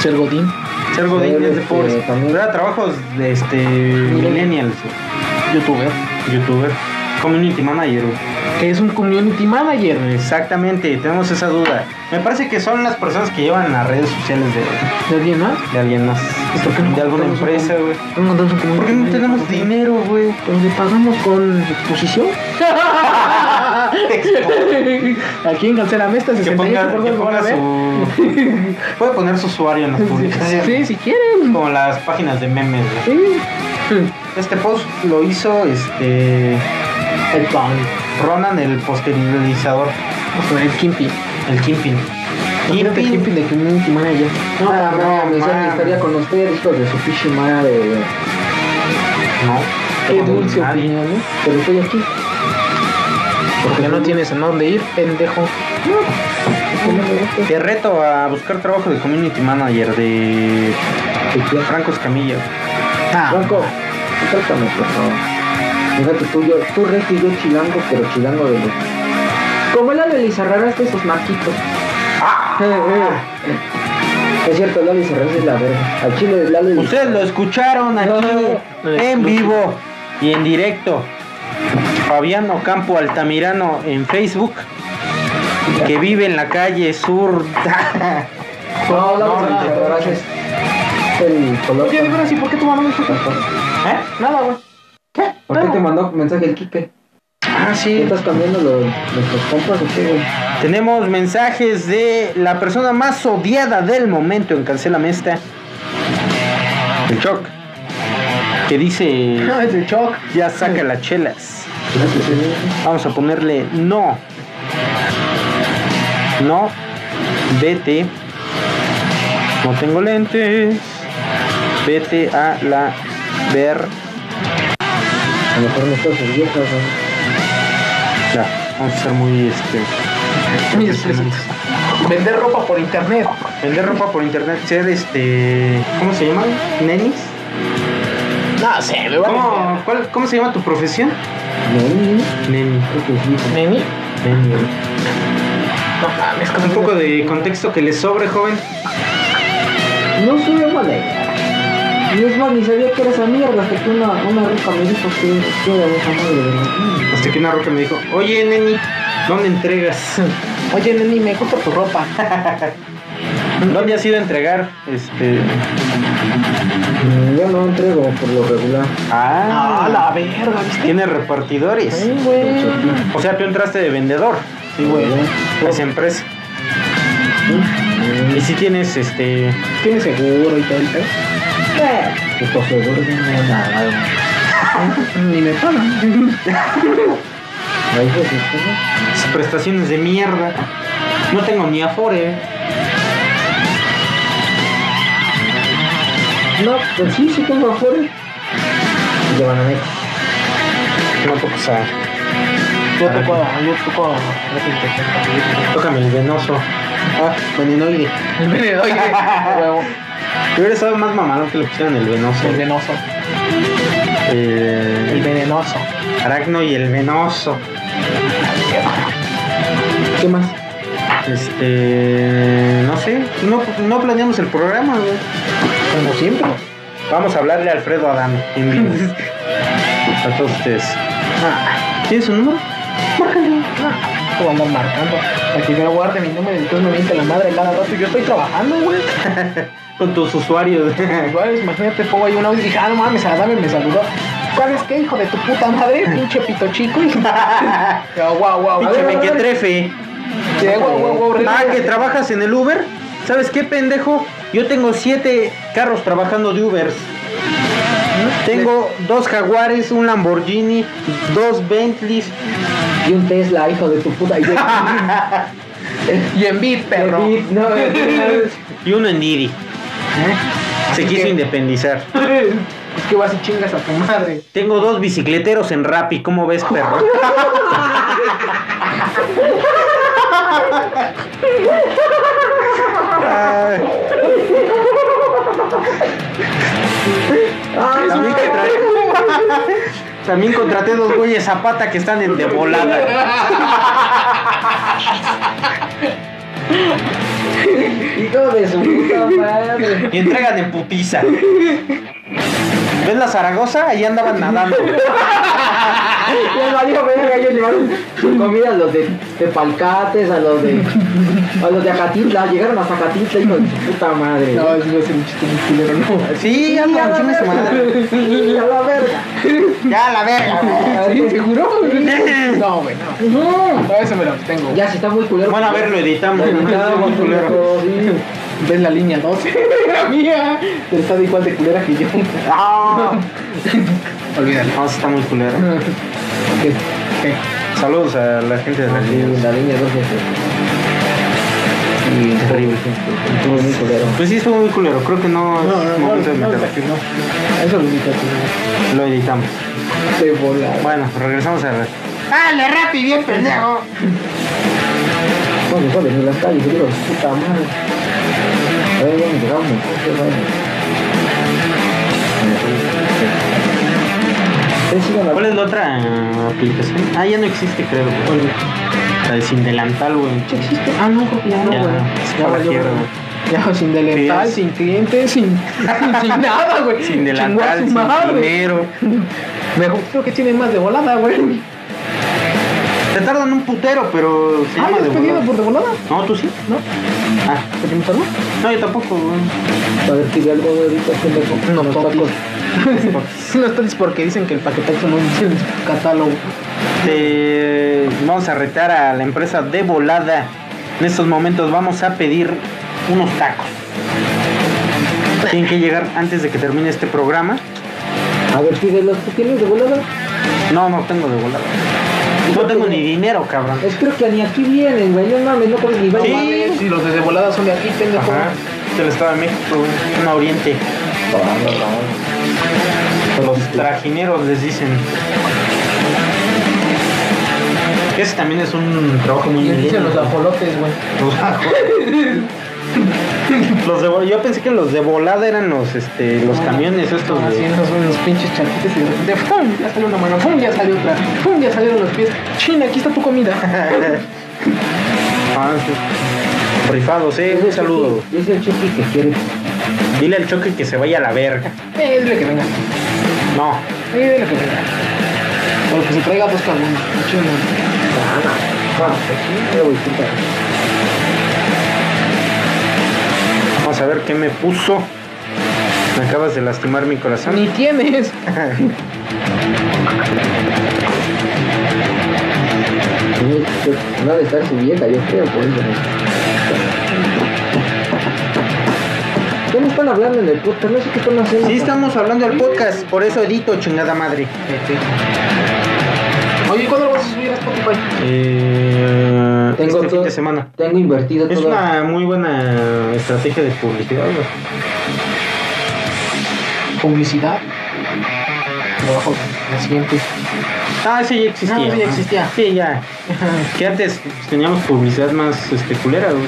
Ser godín.
ser godín es de
Sí,
pobres.
también.
Pero era trabajos de este. Millennials,
Youtuber.
güey. youtuber, community manager. güey.
Que es un community manager.
Exactamente, tenemos esa duda. Me parece que son las personas que llevan las redes sociales de,
¿De alguien más?
de alguien más.
por qué no
de alguna
contamos un
empresa, güey.
No, no, no,
¿Por qué no tenemos dinero, güey?
[laughs] Pues le pagamos con exposición. [laughs] Aquí en Cancela Mesta
Que
68
ponga,
por
que
dos,
ponga
van a ver.
su. [laughs] Puede poner su usuario en las publicaciones.
Sí, si quieren.
Como las páginas de memes, güey.
Sí.
Este post lo hizo este
El pan.
Ronan el posterizador,
Vamos a ver, el Kimpi.
el Kimpin.
Imagínate el Kimpi
Kimpin.
de community manager.
No,
Ah, no,
mames, ya
mames.
me estaría con ustedes, hijos de su pinche madre, güey.
No.
Qué dulce
Nadie.
opinión, ¿no?
Pero estoy aquí.
Porque no tienes en dónde ir, pendejo.
Te reto a buscar trabajo de community manager de Franco Escamilla.
Ah,
Franco, trátame, por favor. Fíjate tú, yo, tú regio y yo chilango, pero chilango de los... Como el Lalo Lizarrara este es de esos maquitos.
Ah.
eh. Es cierto, Lalo Lizarrara es la verga. Al chile de Lalo Lizarrara.
Ustedes lo escucharon aquí en vivo y en directo. Fabián Ocampo Altamirano en Facebook, que vive en la calle sur. [laughs] Ah,
No, Lalo
No,
Lizarrara es el color.
Oye, de veras, ¿y por qué tu mamá no escucha?
¿Eh?
Nada, güey.
¿Por qué te mandó mensaje el Kike?
Ah,
¿Qué
sí.
estás cambiando lo- nuestras compras o qué, güey?
Tenemos mensajes de la persona más odiada del momento en Cancela Mesta. El Choc. Que dice,
No, [laughs] es el shock.
ya saca las chelas.
Gracias, señor.
Vamos a ponerle no. No. Vete. No tengo lentes. Vete a la ver.
A lo mejor no estás sus viejas, ¿no?
Ya, vamos a ser muy este.
Muy explícitos. Vender ropa por internet.
Vender ropa por internet, ser este. ¿Cómo se llama? ¿Nenis?
No sé, me
¿Cómo, cuál- cómo se llama tu profesión?
No,
Neni.
creo que sí.
Neni.
Neni.
No mames,
Un poco de contexto que le sobre, joven.
No soy alegre. Y es más, ni sabía que era esa mierda hasta que una, una rica me dijo que, que era de esa madre, ¿verdad?
Hasta que una roca me dijo, oye, Neni, ¿dónde
[laughs]
entregas?
Oye, Neni, me gusta tu ropa.
¿Dónde has ido a entregar? Este...
Mm, Yo no entrego por lo regular.
Ah,
Ah, la verga, ¿viste?
Tiene repartidores.
Sí, güey.
O sea, tú entraste de vendedor
Sí, güey.
a esa empresa. Y si tienes, este...
Tiene seguro y todo el pedo.
Puto Pues, seguro que no es nada. güey.
Ni me
[laughs]
pagan.
¿Me dijo sus cosas?
esas prestaciones de mierda. No tengo ni afore. ¿eh?
No, pues sí, sí tengo afuera. Y Llevan a mí.
No toques a...
Yo toco, yo toco. no te interesa.
Tócame el venoso. Ah, venenoide.
El venenoide. [laughs] Huevo.
Yo hubiera estado más mamalón que le pusieran el venoso.
El venenoso.
Eh,
El venenoso.
Aracno y el venoso.
¿Qué más?
Este. No sé. No, no planeamos el programa, güey.
Como siempre.
Vamos a hablarle a Alfredo Adán en vivo.
[laughs]
ah, a todos ustedes. ¿Tienes un número? Márcale.
rato va a andar marcando. Para que yo guarde mi número y entonces me miente la madre cada rato. Yo estoy trabajando, güey.
Con tus usuarios.
Igual, imagínate, pongo ahí una vez y dije, ah, no mames, Adame me saludó. ¿Sabes qué, hijo de tu puta madre? Pinche pito chico. [laughs] Y... guau, guau, guau.
Pinche
A ver, a ver, a ver.
mequetrefe.
Sí, guau, guau, guau,
Ah,
relájate.
que trabajas en el Uber. ¿Sabes qué, pendejo? Yo tengo siete carros trabajando de Ubers. Tengo dos Jaguares, un Lamborghini, dos Bentleys.
Y un Tesla, hijo de tu puta. Y yo,
Y en beat, perro.
no, no, no.
Y uno en Didi. Se quiso
que-
independizar.
Es que vas y chingas a tu madre.
Tengo dos bicicleteros en Rappi. ¿Cómo ves, perro? Ay. También contraté, también contraté dos güeyes zapata que están en de volada.
Hijo de su puta
[laughs]
madre.
Y entregan en putiza. ¿Ves la Zaragoza? Ahí andaban nadando.
Ya valió verga, ellos llevaron su comida a los de, de Palcates, a los de. A los de Acatitla, llegaron hasta Acatitla, hijo de su puta madre.
No, eso no es un chiste muy culero, no.
Sí, andaban chingue su madre.
[laughs] Y a la verga.
Ya, la verga.
¿Sí? ¿Seguro? No, güey, no.
No.
No, eso me lo obtengo.
Ya, si está muy culero.
Bueno, a ver, lo editamos.
Está muy culero. sí.
¿Ves la línea 12? [laughs] la mía. Pero está igual de culera que yo.
Ah,
Olvídalo.
no, está muy culero.
Ok. Ok.
Saludos a la gente de la
Y La línea 2
Sí, terrible.
Estuvo muy culero.
Pues sí, estuvo muy culero. Creo que no,
No, no,
es
no,
momento de
no, no,
meterlo.
Eso lo único que
Lo editamos.
se vola.
Bueno, regresamos a ver.
¡Dale, Rappi, bien pendejo!
Bueno, joder, en las calles, hijo de su puta madre. A ver, ¿dónde llegamos? ¿Qué raro. Sí, sigan
¿Cuál es la otra eh, aplicación? Ah, ya no existe, creo. güey. La de sin delantal, güey.
existe? Ah, no, creo que ya no,
Ya,
güey.
es
Ya
para
valió,
tierra,
güey. Ya, sin delantal,
Sí.
sin clientes, sin, sin [laughs] nada, güey.
Sin
Chingó a
delantal,
su
sin
madre.
dinero.
Mejor creo que tiene más de volada, güey.
Te tardan un putero, pero se
Ah,
llama
¿lo
de
has pedido
volada.
por de volada?
No, tú sí.
¿No?
Ah,
¿Te me salvo?
no, yo tampoco, güey.
A ver, pide algo ahorita, pendejo.
No,
Unos
tacos.
tacos.
[laughs] Los tacos porque dicen que el paquetazo no dice en su catálogo.
Te- Este, vamos a retar a la empresa de volada. En estos momentos vamos a pedir unos tacos. Tienen que llegar antes de que termine este programa.
A ver, pídelos. ¿Tú tienes de volada?
No, no tengo de volada. No tengo ni dinero, cabrón.
Es creo que ni aquí vienen, güey. No mames, no puedes ni Ah, ver.
Sí.
Si los de volada son de aquí, pendejo.
Ajá. Del Estado de México, güey. una oriente. Los trajineros les dicen. Ese también es un trabajo muy
Y les dicen
milenio,
los
güey.
ajolotes, güey.
Los Los de, vol- yo pensé que los de volada eran los este los camiones estos
Así [laughs]
de-
esos son los pinches chanquitos y de repente ¡pum! Ya salió una mano, ¡pum! Ya salió otra, ¡pum! Ya salieron los pies. China, aquí está tu comida.
Ah, sí. rifados, eh, un saludo.
[laughs] Es el chiqui que quiere.
Dile al choque que se vaya a la verga.
Eh, dile que venga.
No,
Eh, dile que venga. O que se traiga dos cabrones. China.
vamos a ver qué me puso. Me acabas de lastimar mi corazón.
Ni tienes.
No ha de estar su vieja, yo creo, por eso. ¿Qué no están hablando en el podcast? No sé qué están haciendo.
Sí, estamos hablando del podcast, por eso edito, chingada madre.
Oye, ¿y ¿cuándo lo vas a subir a Spotify?
Eh,
Tengo
este fin
todo-
de semana.
Tengo invertido
Es
todo.
una muy buena estrategia de publicidad, güey.
Publicidad. Trabajo. La siguiente. [laughs]
Ah, ese ya existía.
Ah, ese ya
¿no?
existía.
Sí, ya. Que antes pues, teníamos publicidad más este, culera, güey.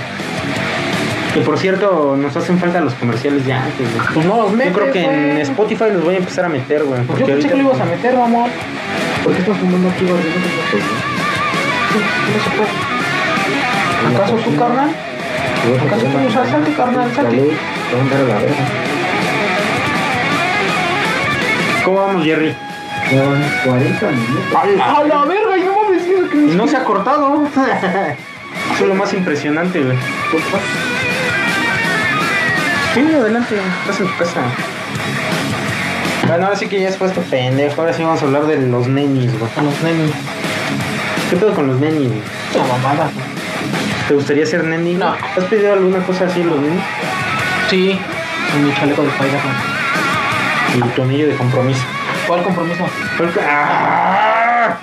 Que por cierto, nos hacen falta los comerciales de antes, güey.
Pues no los metes,
Yo creo que en
güey.
Spotify los voy a empezar a meter, güey.
Pues yo
Porque
pensé
ahorita...
que lo ibas a meter, mamón.
¿Por qué estás fumando aquí, güey?
No se puede. ¿Acaso tú, carnal? ¿Acaso tú no sabes salte, carnal?
La
Salte.
ley, te van a dar a la verga.
¿Cómo vamos, Jerry?
Ya van 40 minutos.
A la verga, y no mames,
Y no se ha [laughs] cortado. Eso es lo más impresionante, güey. Sí, adelante, estás en tu casa. Bueno, ahora sí que ya se fue este pendejo. Ahora sí vamos a hablar de los nenis, güey.
Los nenis.
¿Qué pedo con los nenis? güey?
Una mamada.
¿Te gustaría ser neni?
No.
¿Has pedido alguna cosa así, los nenis?
Sí, con mi chaleco de Spider-Man.
Y tu anillo de compromiso.
¿Cuál compromiso?
¡Ah!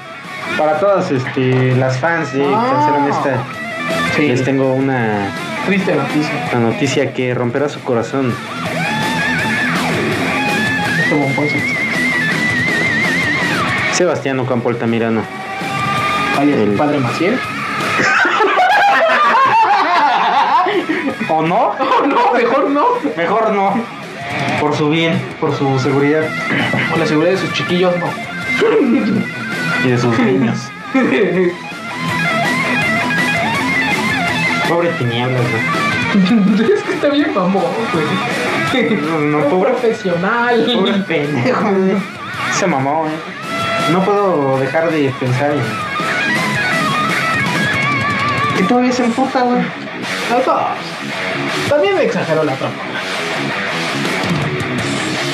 Para todas este, las fans de
Ah.
Cancelan Esta,
Sí.
les tengo una,
Triste noticia.
una noticia que romperá su corazón.
Este bomboso.
Sebastián Ocampo Altamirano.
Alias
El-
el padre Maciel. [laughs]
¿O no?
No, mejor no.
Mejor no. Por su bien, por su seguridad
Por la seguridad de sus chiquillos, no. [laughs]
y de sus niños. [laughs] Pobre tinieblas, güey.
es que está bien mamón, güey.
No, no,
Un
pobre-
profesional.
Pobre [laughs] pendejo, güey. Se mamó, eh. No puedo dejar de pensar en. Que todavía se emputa, güey.
A todos. También me exageró la trama.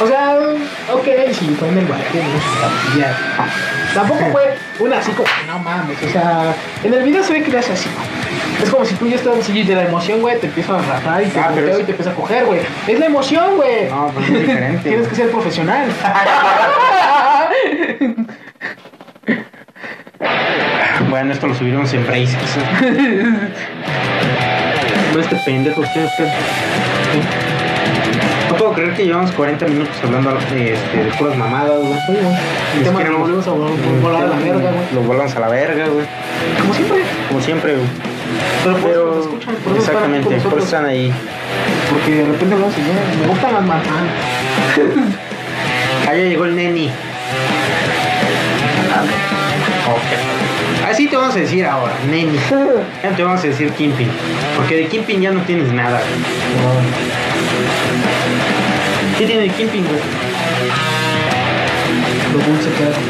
O sea, ok, sí, fue en el barrio, ¿no? Ya. Tampoco fue una así como, no mames, o sea, en el video se ve que le hace así. Es como si tú ya estás así y de la emoción, güey, te empiezas a arrastrar y te
Ah, pero
volteo
es-
y te empiezas a coger, güey. Es la emoción, güey.
No, pero es diferente.
Tienes que ser
[laughs]
profesional.
Bueno, esto lo subieron en Brazers. No, este pendejo, usted, usted. No puedo creer que llevamos 40 minutos hablando de, este, de puras mamadas, güey.
El tema lo volvemos a vol- volar a la verga, güey.
Lo volamos a la verga, güey.
Como siempre.
Como siempre, güey.
Pero, por eso
Pero,
nos escuchan, por eso están
exactamente,
aquí con
por eso
nosotros.
están ahí.
Porque de repente hablamos y ya, me gustan las manzanas.
Allá llegó el neni. Así te vamos a decir ahora, neni. Ya no te vamos a decir Kimpin. Porque de Kimpin ya no tienes nada, güey. ¿Qué tiene de Kimpin, güey?
Lo dulce que hace.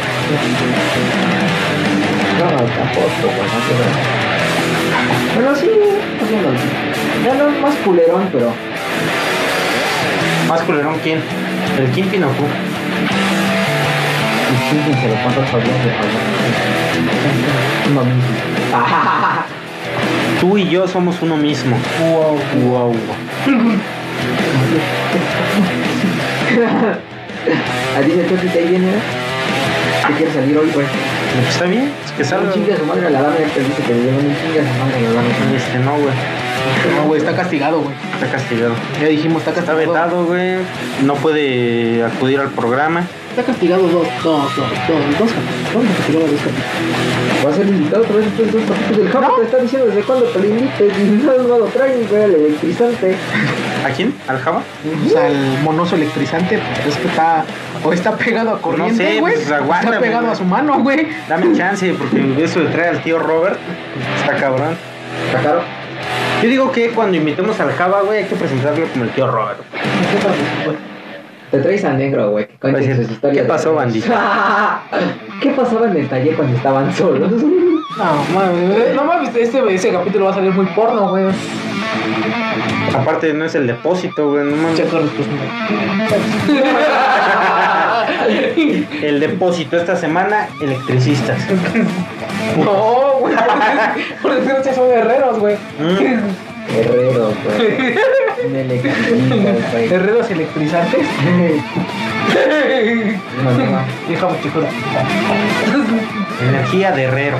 No, tampoco, güey, no sé, güey. Bueno, sí, más o menos. Ya no es más culerón, pero.
Más culerón, ¿quién? ¿El Kimpin o tú?
Y sí, que se lo cuento a Fabián de Fabián. No, mismo.
Tú y yo somos uno mismo.
Wow.
Wow.
A ti te te viene. Te quiere salir hoy, güey.
¿Está bien? Es que
Un
salga.
chingue a su madre a la dama, él te dice que le dieron un chingue a su madre a la dama.
Este, no, güey.
No, güey, está castigado, güey.
Está castigado.
Ya dijimos, está
Está
castigado.
vetado, güey. No puede acudir al programa.
Está castigado dos, dos, dos, dos, dos capítulos. Vamos a castigar a dos capítulos.
Va a ser invitado otra vez después de dos capítulos del Japa. Te está diciendo desde cuándo te lo invites y no lo lo traen, güey, el electrizante.
¿A quién? ¿Al Java?
O sea, el monoso electrizante, pues es que está. O está pegado a
sé,
corriente, güey.
pues,
o
aguántame,
está pegado
güey.
a su mano, güey.
Dame chance, porque eso de traer al tío Robert está cabrón.
Está caro.
Yo digo que cuando invitemos al Java, güey, hay que presentarlo como el tío Robert.
Te traes al negro, güey. que cuente
Va a decir,
sus historias
Pues, ¿qué
de
pasó,
negros".
bandito?
[laughs] ¿Qué pasaba en el taller cuando estaban solos? [laughs]
No, mames, no mames, este, ese capítulo va a salir muy porno, güey.
Aparte, no es el depósito, güey, no mames.
Chaco
[laughs] El depósito esta semana, electricistas.
No, güey. [laughs] Por desgracia son herreros, güey.
Mm.
Herrero, güey. Un electricista, güey.
Herreros [laughs] electrizantes. [laughs]
No, no, no.
Vieja [laughs] mochicura.
Energía de herrero.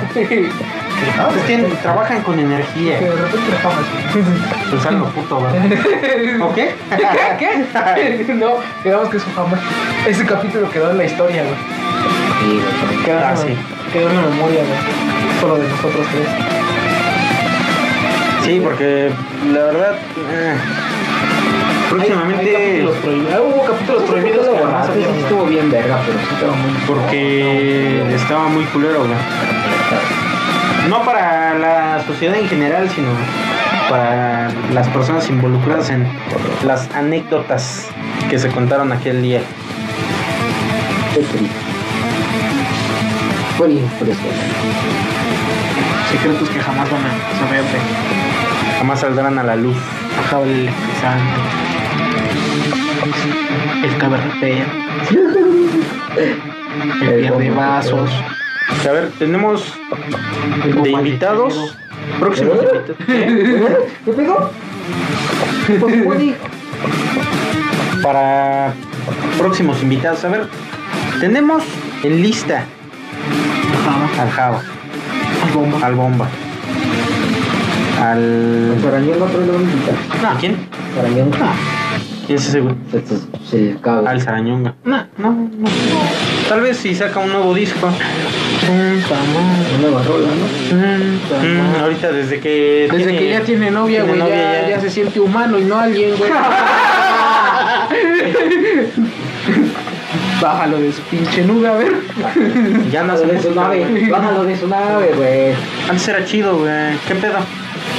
Ah, pues tienen- trabajan con energía.
Que de repente la fama así.
Pues algo puto, güey. ¿O qué?
¿Qué? [laughs] ¿Qué? No, quedamos que su fama. Ese capítulo quedó en la historia, güey.
Sí, güey.
Quedó, en
Ah,
la-
sí.
quedó en la memoria, güey. Solo de nosotros tres.
Sí, porque la verdad. eh,
Hay, hay
próximamente.
capítulos prohibidos. Ah, hubo capítulos prohibidos
Lo
que jamás
borraste, sí
habíamos-
estuvo bien verga, pero sí estaba muy
Porque estaba muy culero, güey. No para la sociedad en general, sino para las personas involucradas en las anécdotas que se contaron aquel día.
Qué triste. fue el fresco.
Secretos que jamás van a saberse.
Jamás saldrán a la luz.
Ajá, el electrizante. El [laughs] cabernet. El pierde vasos.
A ver, tenemos de invitados.
¿Eh?
Próximos invitados.
¿Qué pegó? Pues, Woody,
Para próximos invitados. A ver, tenemos en lista
Ajá.
al Java,
Bomba.
al Bomba, al.
Para mí no trae la bonita.
Ah,
¿A quién?
Para mí no.
¿Quién es ese güey?
Esto se acaba.
Al Sarañonga.
No, no, no.
Tal vez si saca un nuevo disco.
Una nueva rola, ¿no?
Mm, ahorita desde que.
Desde
tiene-
que ya tiene novia,
tiene
güey,
novia,
ya,
ya.
ya se siente humano y no alguien, güey. Bájalo de su pinche nube, a ver.
[laughs] Ya no
Bájalo
hace
de su
música, güey.
nave, bájalo de su nave, güey.
Antes era chido, güey. ¿Qué pedo?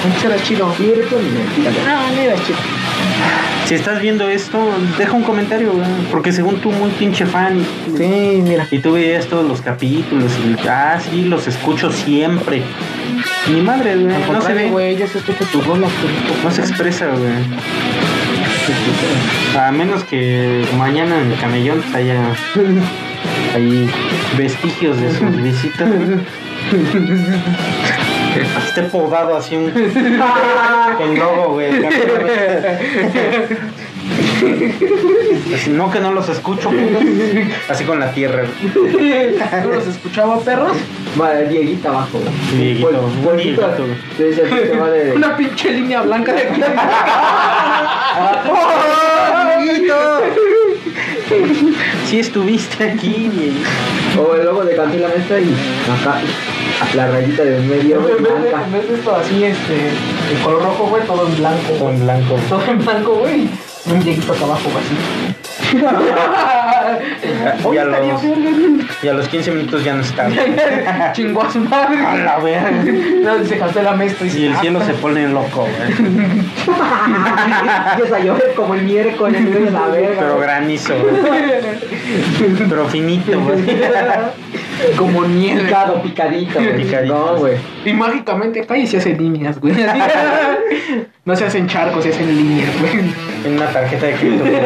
Antes era chido.
Tire con mentira.
No, no era chido.
Si estás viendo esto, deja un comentario, güey. Porque según tú, muy pinche fan.
Sí, mira.
Y tú veías todos los capítulos. Y, ah, sí, los escucho siempre. Mi madre, güey.
Al
No se
contrario,
ve.
güey, ya se escucha tu rola, güey.
No se expresa, güey. A menos que mañana en el camellón haya ahí vestigios de sus visitas. Esté podado así un con logo, güey. Así, No que no los escucho, güey. así con la tierra.
¿No los escuchaba, perros?
Vale, Dieguita abajo. güey.
Dieguito,
Pol-
un
Polvito,
Dieguito, güey.
te dice, aquí te va de-
Una pinche línea blanca de [laughs]
Si estuviste aquí, güey.
O el logo de Cantina Mesa y acá la rayita de medio güey, blanca.
vez de esto así, este, de color rojo, güey, todo en blanco.
Todo en blanco.
Todo en blanco, güey. Un dieguito acá abajo, güey,
[laughs]
así.
Y
Oye,
a
estaría
los-
verga, güey.
Y a los 15 minutos ya no está. güey.
[laughs] Chingó a su madre.
A la verga.
No, dice "Ah, José la maestra.
Y el cielo se pone loco, güey.
Empieza a llover como el miércoles, güey, la verga.
Pero granizo, güey. Pero finito, güey.
Como nieve.
Picado, picadito, güey.
Picadito.
No, güey.
Y mágicamente cae y se hacen líneas, [laughs] güey. No se hacen charcos, se hacen líneas, güey.
En una tarjeta de crédito. güey.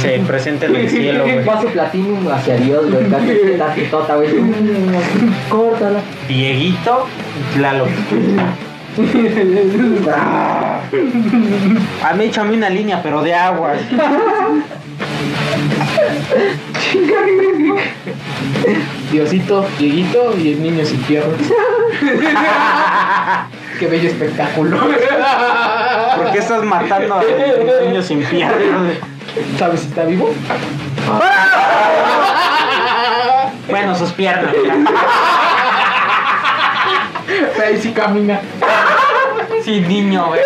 Se presenta en el cielo, güey.
Paso platinum hacia Dios, güey. Casi la titota, güey. Mm, así, Córtala.
Dieguito,
[laughs]
Lalo. A mí échame una línea, pero de agua.
Diosito, Dieguito y el niño sin
[laughs]
piernas. Qué bello espectáculo.
¿Por qué estás matando a un niño sin piernas?
¿Sabes si está vivo?
Bueno, sus piernas.
Ahí sí camina.
Sí, niño, [laughs] güey.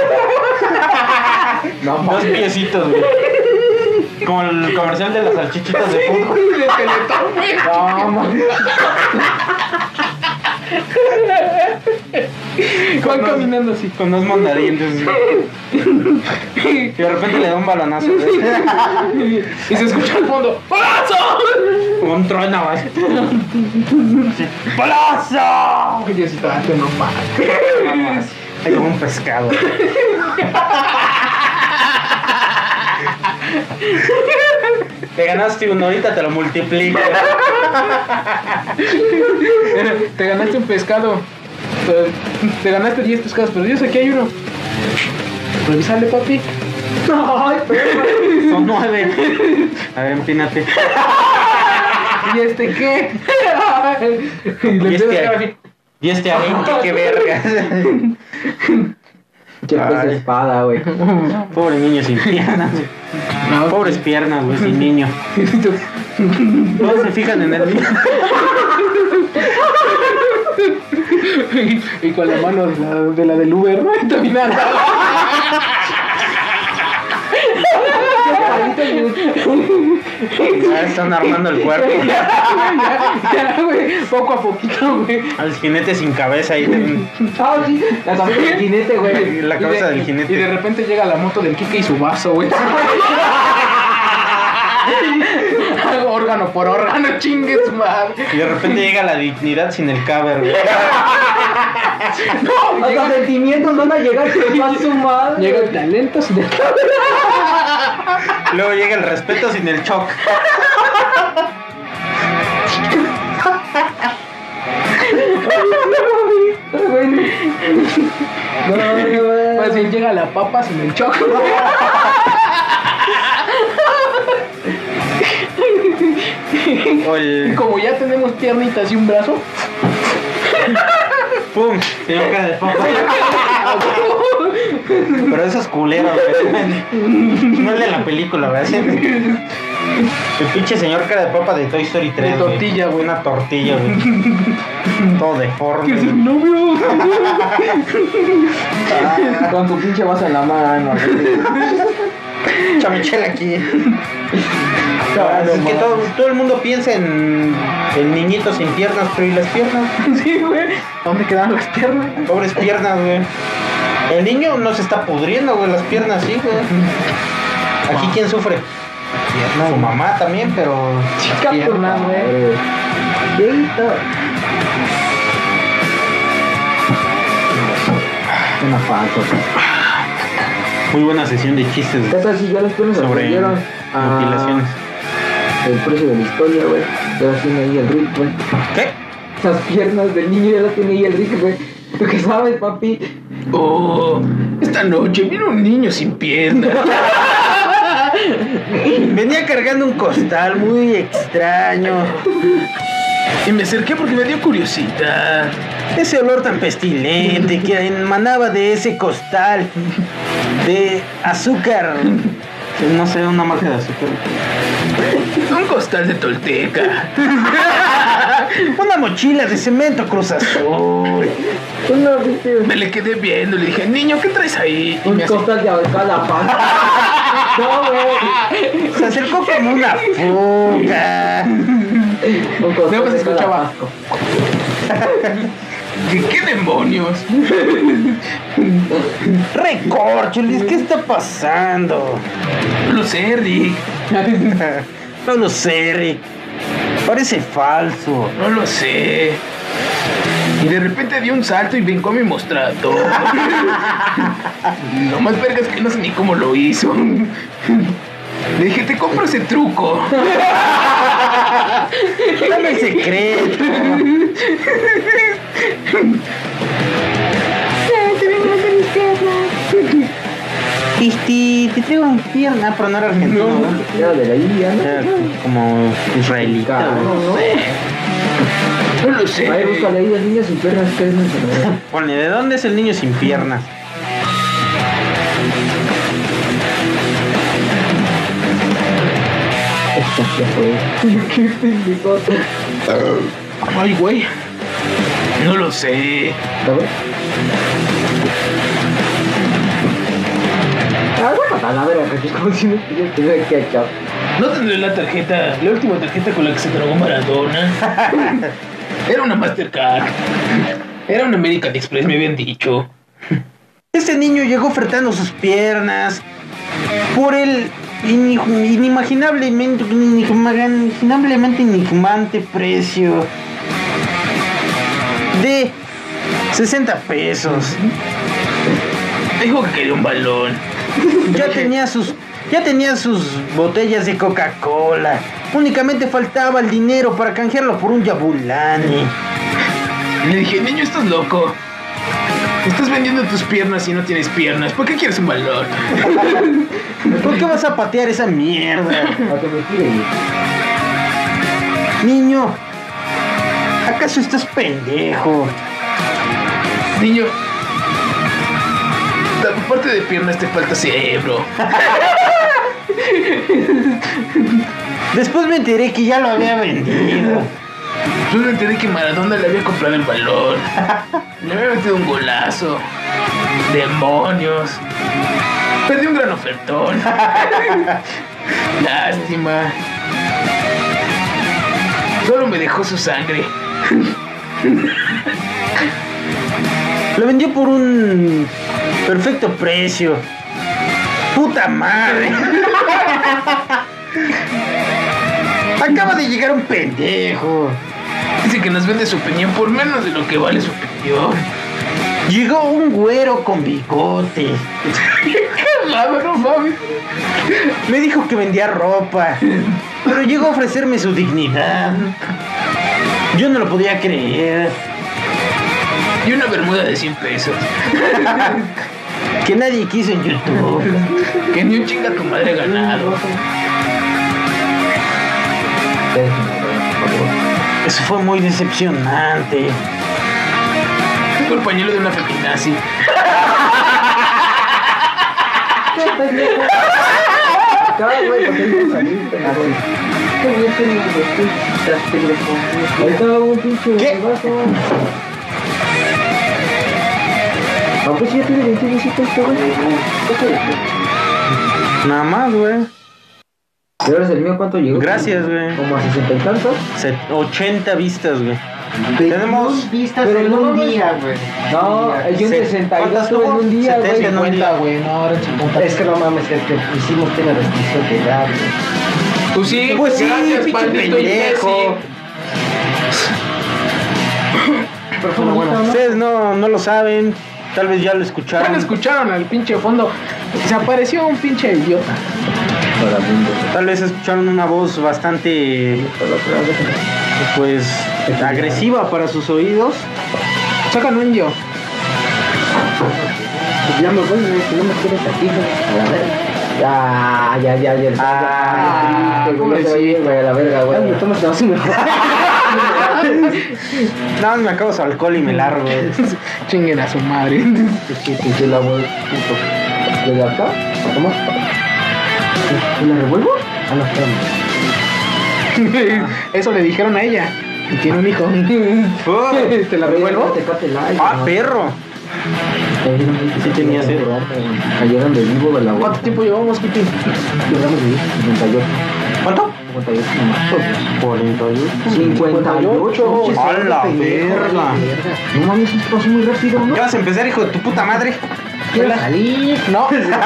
No,
Dos piecitos, güey. Como el comercial de las salchichitas de fútbol.
El esqueleto, güey. Van caminando así.
Con dos mondadientes. [laughs] Y de repente le da un balonazo. ¿ves?
[laughs] Y se escucha al fondo. ¡Balazo!
Como un trueno. ¿ves? Sí. ¡Balazo!
Ay, Diosito, date no mames.
Hay como un pescado. Te ganaste uno, ahorita te lo multiplico.
[laughs] Te ganaste un pescado. Pero Te ganaste 10 pescados, pero Dios, aquí hay uno. Revisale, papi. [laughs]
Ay, pero
Son nueve. A ver, empínate.
¿Y este qué? [laughs] y
Y
le empieza a
este, y este
Ah,
a 20, qué
[laughs]
verga.
Qué pez
Ay.
de espada, güey.
Pobre niño sin
[laughs]
piernas. güey.
No,
Pobres piernas, güey, sin
[laughs]
niño. Todos se fijan en el niño.
y con la mano de la, de la del Uber, ¿no? [laughs] Y caminando.
Ya Ah, están armando el cuerpo.
ya, ya, [laughs] güey, poco a poquito, güey.
Al jinete sin cabeza ahí. ten-
Ah, sí. La cabeza del jinete, güey.
La
Y de-
cabeza del
Y de
jinete.
repente llega la moto del Kike y su vaso, güey. algo [laughs] órgano por órgano, chingues, madre.
Y de repente llega la dignidad sin el caber, güey.
No,
Hasta
llega,
sentimientos van a llegar
[laughs]
que va a su madre.
llega el talento sin el-
Luego llega el respeto sin el shock.
No, no,
Más bien llega la papa sin el choco.
O
Y
el
como ya tenemos piernitas y un brazo,
pum, señora de papa. Pero eso es culero, güey. No es de la película, ¿verdad? Sí. El pinche señor cara de papa de Toy Story 3.
De
güey.
tortilla, güey.
Una tortilla, güey. Todo deforme. güey.
no veo.
no. Con tu pinche vaso en la mano.
[laughs] Mucha michela aquí. es
Claro,
que
man.
todo, todo el mundo piensa en el niñito sin piernas, pero ¿y las piernas?
Sí, güey. ¿Dónde quedan las piernas?
Pobres piernas, güey. El niño no se está pudriendo, güey, las piernas sí, güey. Aquí quién sufre? Su mamá también, pero.
Chica pierna, güey.
Una falta.
Muy buena sesión de chistes
Estas sí ya las piernas aprendieron a- El precio de la historia, güey. Ya las tiene ahí el Rick, güey.
¿Qué?
Las piernas del niño ya las tiene ahí el Rick, güey. ¿Tú qué sabes, papi?
Oh, esta noche vino un niño sin [laughs] piernas.
Venía cargando un costal muy extraño.
Y me acerqué porque me dio curiosidad.
Ese olor tan pestilente que emanaba de ese costal de azúcar. No sé, una marca de azúcar.
Un costal de tolteca.
Una mochila de cemento cruz azul.
Tú no viste.
Me le quedé viendo, le dije, niño, ¿qué traes ahí? Y
Un
me hace-
costal de ahorcada, [laughs] pa. No, güey.
Se acercó como una fuga.
Un
Luego
costal
se
de ahorcada,
escuchaba.
pa.
Dije, [laughs] ¿Qué demonios?
Recorcholis, ¿qué está pasando?
Lo sé, Rick.
No lo sé, Rick. Parece falso.
No lo sé. Y de repente di un salto y brincó a mi mostrato. [laughs] lo más verga es que no sé ni cómo lo hizo. [laughs] Le dije, te compro ese truco. [laughs]
Dame el secreto. Este, te traigo mi pierna, pero no era argentino, ¿no?
Era de la India, ¿no?
Era como israelita, güey.
No sé.
No lo
A ver,
sé.
búscale ahí el niño sin piernas, que es la enfermedad.
Ponle, ¿de dónde es el niño sin piernas?
Pues, Qué pendejo.
Ay, güey. No lo sé.
A ver. Ah, bueno, a la verga, que es como si no tuviera que ver qué ha hecho.
No tendré la tarjeta, la última tarjeta con la que se drogó Maradona. [laughs] Era una Mastercard. Era una American Express, me habían dicho.
Este niño llegó fretando sus piernas por el ini- inimaginablemente, inimaginablemente enigmante precio de 60 pesos.
Dijo que quería un balón.
Ya tenía sus, ya tenía sus botellas de Coca-Cola. Únicamente faltaba el dinero para canjearlo por un Yabulani.
Y Le dije, niño, estás loco. Estás vendiendo tus piernas y no tienes piernas. ¿Por qué quieres un valor?
¿Por qué vas a patear esa mierda?
A que me tire y-
Niño, ¿acaso estás pendejo?
Niño, la parte de piernas te falta cerebro.
Después me enteré que ya lo había vendido.
Solo enteré que Maradona le había comprado el balón. Le había metido un golazo. Demonios. Perdí un gran ofertón. [laughs] Lástima. Solo me dejó su sangre.
Lo vendió por un perfecto precio. Puta madre. Acaba de llegar un pendejo.
Dice que nos vende su opinión por menos de lo que vale su opinión.
Llegó un güero con bigote.
Qué raro, no mames.
Me dijo que vendía ropa. Pero llegó a ofrecerme su dignidad. Yo no lo podía creer.
Y una bermuda de 100 pesos. [laughs]
Que nadie quiso en YouTube.
Que ni un chinga tu madre ganado.
Eso fue muy decepcionante.
Por pañuelo de una feminazi.
Cada güey, porque no salí, pendejo. Qué bien te digo, güey, estás pendejo. Ahí estaba un pinche
¿Qué?
vaso. No, pues sí, ya tiene 20 visitas este güey.
Nada más, güey.
¿Y ahora es el mío cuánto llegó?
Gracias, güey.
Como a 60 y tantos.
Se- 80 vistas, güey.
Tenemos
Tenemos
vistas
pero
en
no
un
mames.
día, güey.
No, el yo en
Se-
62
¿cuántas
tuve en
tuvo?
un día, güey.
70 en un día.
güey, no, ahora 50.
Es que no mames, es que hicimos que la restricción de edad, güey.
Pues sí,
Pues sí,
gracias,
pinche
maldito
pendejo.
imbécil.
Pero bueno, bueno.
Ustedes no, no lo saben. Tal vez ya lo
Ya lo
escucharon.
escucharon al pinche fondo. Se apareció un pinche idiota.
Tal vez escucharon una voz bastante pues agresiva para sus oídos.
Sacan un indio.
Pues Ya me voy, güey, si no me quieres aquí, güey. A la verga. Ya, ya, ya, ya.
Ah,
Ay, triste, güey, no se oye, güey, a la verga, güey.
Nada más me acabo su alcohol y me largo.
Chinguen a su madre.
Sí, sí, sí, la voy, puto. ¿Desde acá? ¿Cómo? ¿Me la revuelvo? Ah, no, espérame.
[laughs] Eso le dijeron a ella. Y
[laughs]
tiene un hijo. [laughs]
Oh.
¿Te la revuelvo?
Tecate Light,
Ah,
¿no?
perro.
Sí
tenía sed.
Cayeron de vivo de la boca.
¿Cuánto tiempo llevamos, Cuti?
Llegamos de vivo. 58.
¿Cuánto?
58. no. 58.
58.
A la verga.
No mames, esto pasó muy rápido, ¿no?
Ya vas a empezar, hijo de tu puta madre.
Quiero salir.
No. No,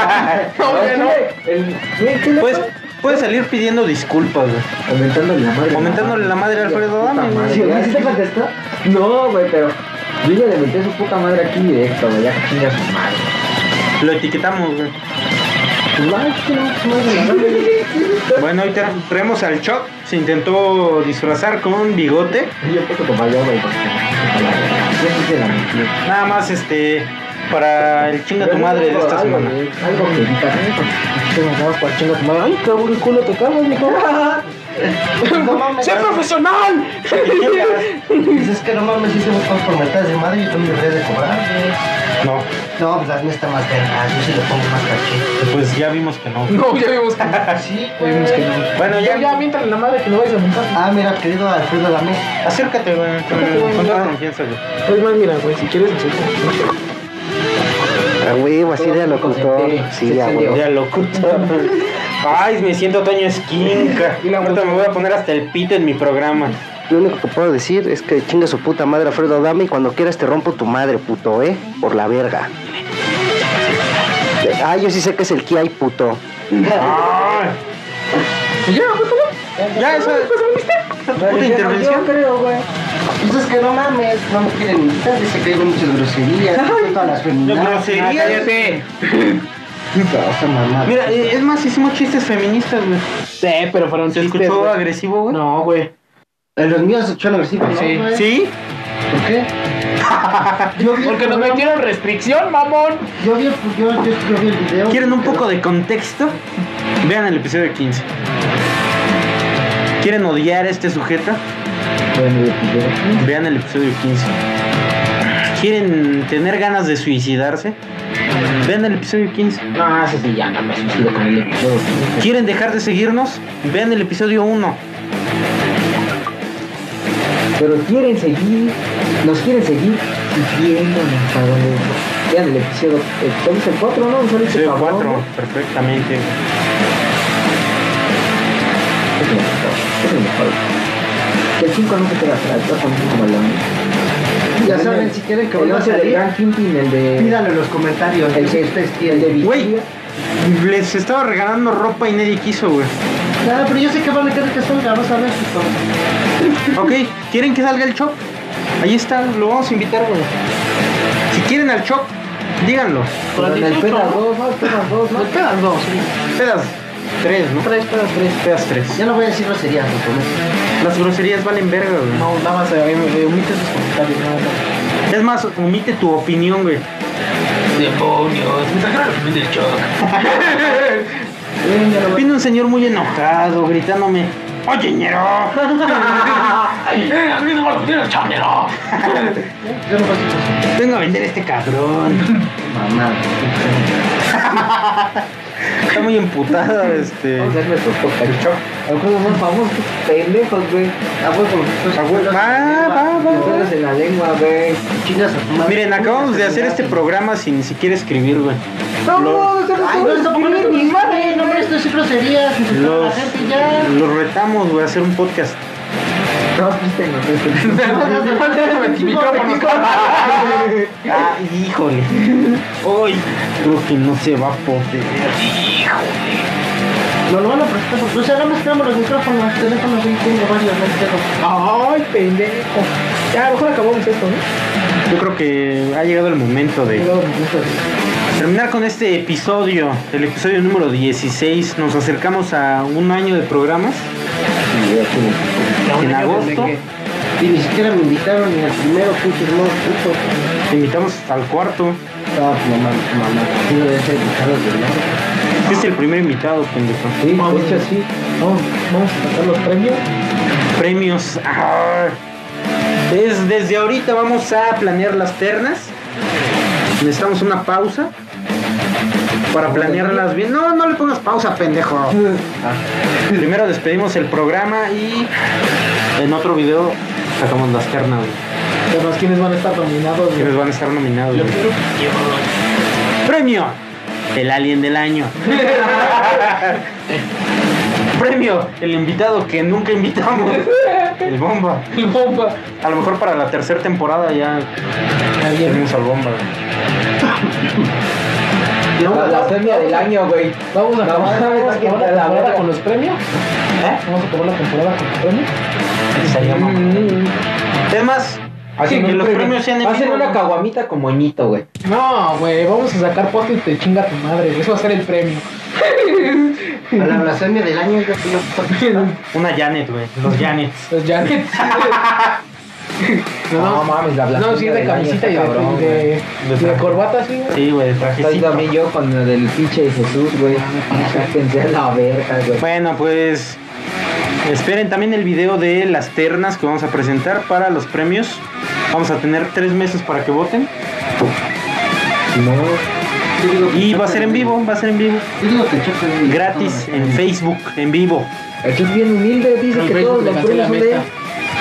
Ahora
güey, no.
sí, el- güey, ¿qué le
Puedes,
pasa?
Pues, puedes salir pidiendo disculpas, güey.
Aumentándole la madre.
Aumentándole la madre a Alfredo
Puta
Adame,
madre.
güey.
¿Sí, güey, ¿sí te contestó? No, güey, pero yo ya le metí su puta madre aquí directo, güey. Ya chinga su madre.
Lo etiquetamos, güey.
Pues, ay, que no, su madre, la madre.
Bueno, hoy tra- traemos al Choc. Se intentó disfrazar con bigote.
Yo puedo tomar yo, güey. porque- Yo sí se la metí.
Nada más, este, para el chinga tu madre de esta
Algo,
semana.
[laughs]
güey, Algo que digas, ¿eh?
Te mandamos para chingar a tu madre. Ay, qué buen culo te cagas, mijo. ¡Sé profesional!
Dices que no mames, si se buscan por metas de madre y tú me deberías de cobrar, güey.
No,
No, pues hazme esta más verga, yo sí le pongo más cachete.
pues ya vimos que no.
No, ya
[laughs]
vimos que no.
Sí,
Ya vimos que no.
Bueno,
Ya, ya,
ya.
mientras la madre que no vayas a montar.
Ah, mira, querido Alfredo Adame.
Acércate, güey. con- Con toda confianza, güey.
Es más, mira, güey, si quieres, nosotros.
A huevo, así de locutor. Sí, a huevo.
Ya locutor. [laughs] Ay, me siento Toño Esquinca. Ahorita me voy a poner hasta el pito en mi programa.
Lo único que puedo decir es que chinga su puta madre Alfredo Adame y cuando quieras te rompo tu madre, puto, ¿eh? Por la verga. Ah, yo sí sé que es el que
[laughs]
hay, puto. Ah,
Ay. Ya, eso Puta intervención.
creo, güey. Entonces que no mames, no me quieren invitar, dice que digo muchas groserías, que todas las feministas.
groserías.
Cállate.
Mira, eh, es más, hicimos chistes feministas, güey.
Sí, pero fueron
¿Se
chistes,
escuchó
güey.
agresivo, güey?
No, güey.
Los míos se echaron agresivo, ¿no?
Sí.
güey?
¿Sí?
¿Por qué? Yo vi el
Porque nos
programa-
metieron restricción, mamón.
Yo vi, el- yo, yo, yo vi el video.
¿Quieren un poco de contexto? Vean el episodio 15. ¿Quieren odiar a este sujeto? Vean el episodio 15. ¿Quieren tener ganas de suicidarse? Vean el episodio 15.
No, eso sí, ya no me suicido con el episodio.
¿Quieren dejar de seguirnos? Vean el episodio 1.
Pero quieren seguir, nos quieren seguir siguiéndonos a donde vean el episodio. eh, ¿cuál es el 4, no? ¿Cuál es el
Episodio
cabrón,
4,
no?
perfectamente.
Es el mejor, es el mejor. Que el 5 no se queda atrás, va con un balón.
Ya saben, si quieren que
El
vuelva a
once del
salir,
Gran Kingpin, el de.
pídanlo en los comentarios.
El
si
que
ustedes
el de
quieren.
Güey,
Vigil,
Les estaba regalando ropa y nadie quiso, güey.
Claro, pero yo sé que vale que salga, vas a ver si
Ok, ¿quieren que salga el shop? Ahí está, lo vamos a invitar, güey. Si quieren al shop, díganlo.
Pero en el pedas dos, ¿no? El pedas dos, ¿no?
El pedas dos, sí.
Pedas tres, ¿no?
Tres, pedas tres.
Pedas tres.
Ya no voy a decir groserías, no prometo.
Las groserías valen verga, güey.
No, nada más, eh, eh, omite sus comentarios, nada más.
Es más, omite tu opinión,
[laughs]
güey.
Demonios, me sacaron del
[laughs]
shock.
Vino un señor muy enojado gritándome, ¡Oye, ñero!
¡A mí no me lo tiene el chamero!
Vengo a vender este cabrón.
Mamá.
Está muy emputada, este.
O sea, me tocó caricho. Algunos más famosos, pendejos, güey. A huevo,
Va, va,
va. en la lengua, güey. Chingas
Miren, acabamos de hacer este programa sin ni siquiera escribir, güey.
No, no,
no, hombre, esto es grosería.
Los,
ya.
los retamos, güey, a hacer un podcast. [laughs] Ah, híjole. Hoy creo que no se va a poder.
Híjole. No lo van a prestar
pues,
porque, o sea, nada más tenemos los micrófonos, teléfonos y tengo varios, no tengo. Ay, pendejo. Ya, a lo mejor acabamos esto, ¿no?
Yo creo que ha llegado el momento de.
Llegado el momento de
terminar con este episodio, el episodio número 16. Nos acercamos a un año de programas. En agosto.
Y ni siquiera me invitaron ni al primero, pinche hermoso puto.
Te invitamos al cuarto.
Ah, mamá, mamá. Sí, debe ser invitado de lado.
Fuiste el primer invitado, pendejo.
Sí, vamos, hecho, sí.
Vamos, vamos a sacar los premios.
Premios. Ah. Es, desde ahorita vamos a planear las ternas necesitamos una pausa para planearlas bien. No, no le pongas pausa, pendejo. Ah. Primero despedimos el programa y en otro video sacamos las ternas.
Pero ¿quiénes van a estar nominados? Güey?
¿Quiénes van a estar nominados? Yo quiero... Premio el alien del año. Premio el invitado que nunca
[laughs]
invitamos. El bomba.
El bomba.
A lo mejor para la tercera temporada ya tenemos al bomba.
No, ¿Eh? la, la premia del año, güey.
Vamos a acabar la temporada con los premios. ¿Eh? Vamos a acabar la temporada con los premios.
Sería mm. Temas. Así sí, que los premio. premios sean en
Hacen una caguamita con moñito, güey.
No, güey, vamos a sacar poste y te chinga tu madre. Eso va a ser el premio.
A la blasfemia del año, yo fui
Una Janet, güey. Los Janets.
Los
[laughs]
Janets.
No, no, mames, la blasfemia.
No, sí, de camisita y de, cabrón, de, de, de, de corbata, sí, güey.
Sí, güey, de trajecito.
también yo con el del pinche de Jesús, güey. Sáquense a la verga, güey.
Bueno, pues. Esperen también el video de las ternas que vamos a presentar para los premios. Vamos a tener tres meses para que voten.
No.
Y va a ser en vivo, va a ser en vivo. Gratis
Ah,
en Facebook, en vivo.
es bien humilde, dice que todos los premios son de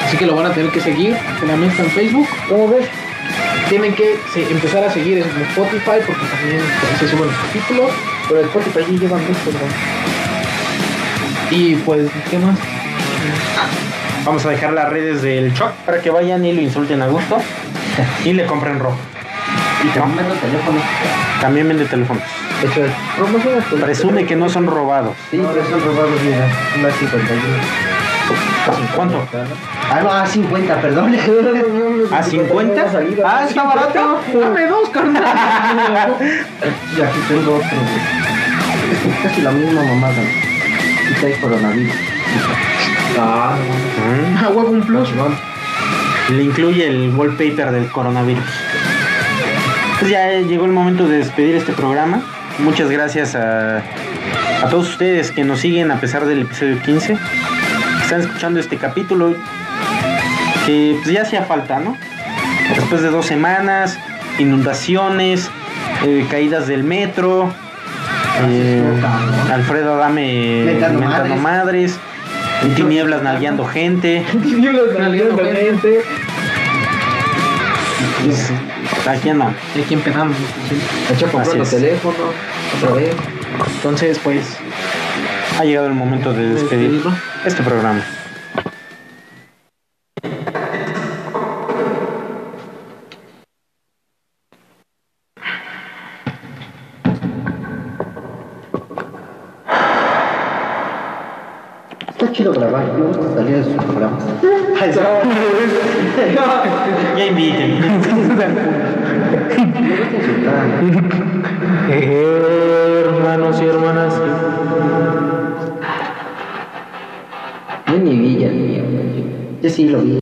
Así que lo van a tener que seguir en la mesa en Facebook.
¿Cómo ves?
Tienen que empezar a seguir en Spotify porque también se suben los capítulos.
Pero Spotify ya llevan mucho, ¿no?
Y pues, ¿qué más?
Vamos a dejar las redes del Choc para que vayan y lo insulten a gusto. Y le compren ropa.
Y también vende teléfonos.
También vende teléfonos.
De hecho, promociona tu
Presume que no son robados.
Sí, pero son robados, mira. Más 51.
¿Cuánto?
Ah, no, a 50, perdón.
[laughs] ¿A 50? Ah, está barato.
Dame dos, carnal.
y aquí tengo otro. Es casi la misma mamada y trae coronavirus.
Ah,
Mm.
ah huevo un plus.
Le incluye el wallpaper del coronavirus. Pues ya llegó el momento de despedir este programa. Muchas gracias a, a todos ustedes que nos siguen a pesar del episodio 15. Están escuchando este capítulo que pues ya hacía falta, ¿no? Después de dos semanas, inundaciones, eh, caídas del metro, eh, Alfredo Adame
Mentando
Mentando Madres, en Tinieblas nalgueando gente.
Tinieblas nalgueando gente.
Pues, aquí andamos.
Aquí empezamos.
Hecho comprando teléfono, otra vez.
Entonces, pues, ha llegado el momento de despedir este programa.
quiero grabar, yo gusta salir de sus programas. [laughs]
Ya inviten.
Hermanos y hermanas. No es mi villa, Yo sí lo vi.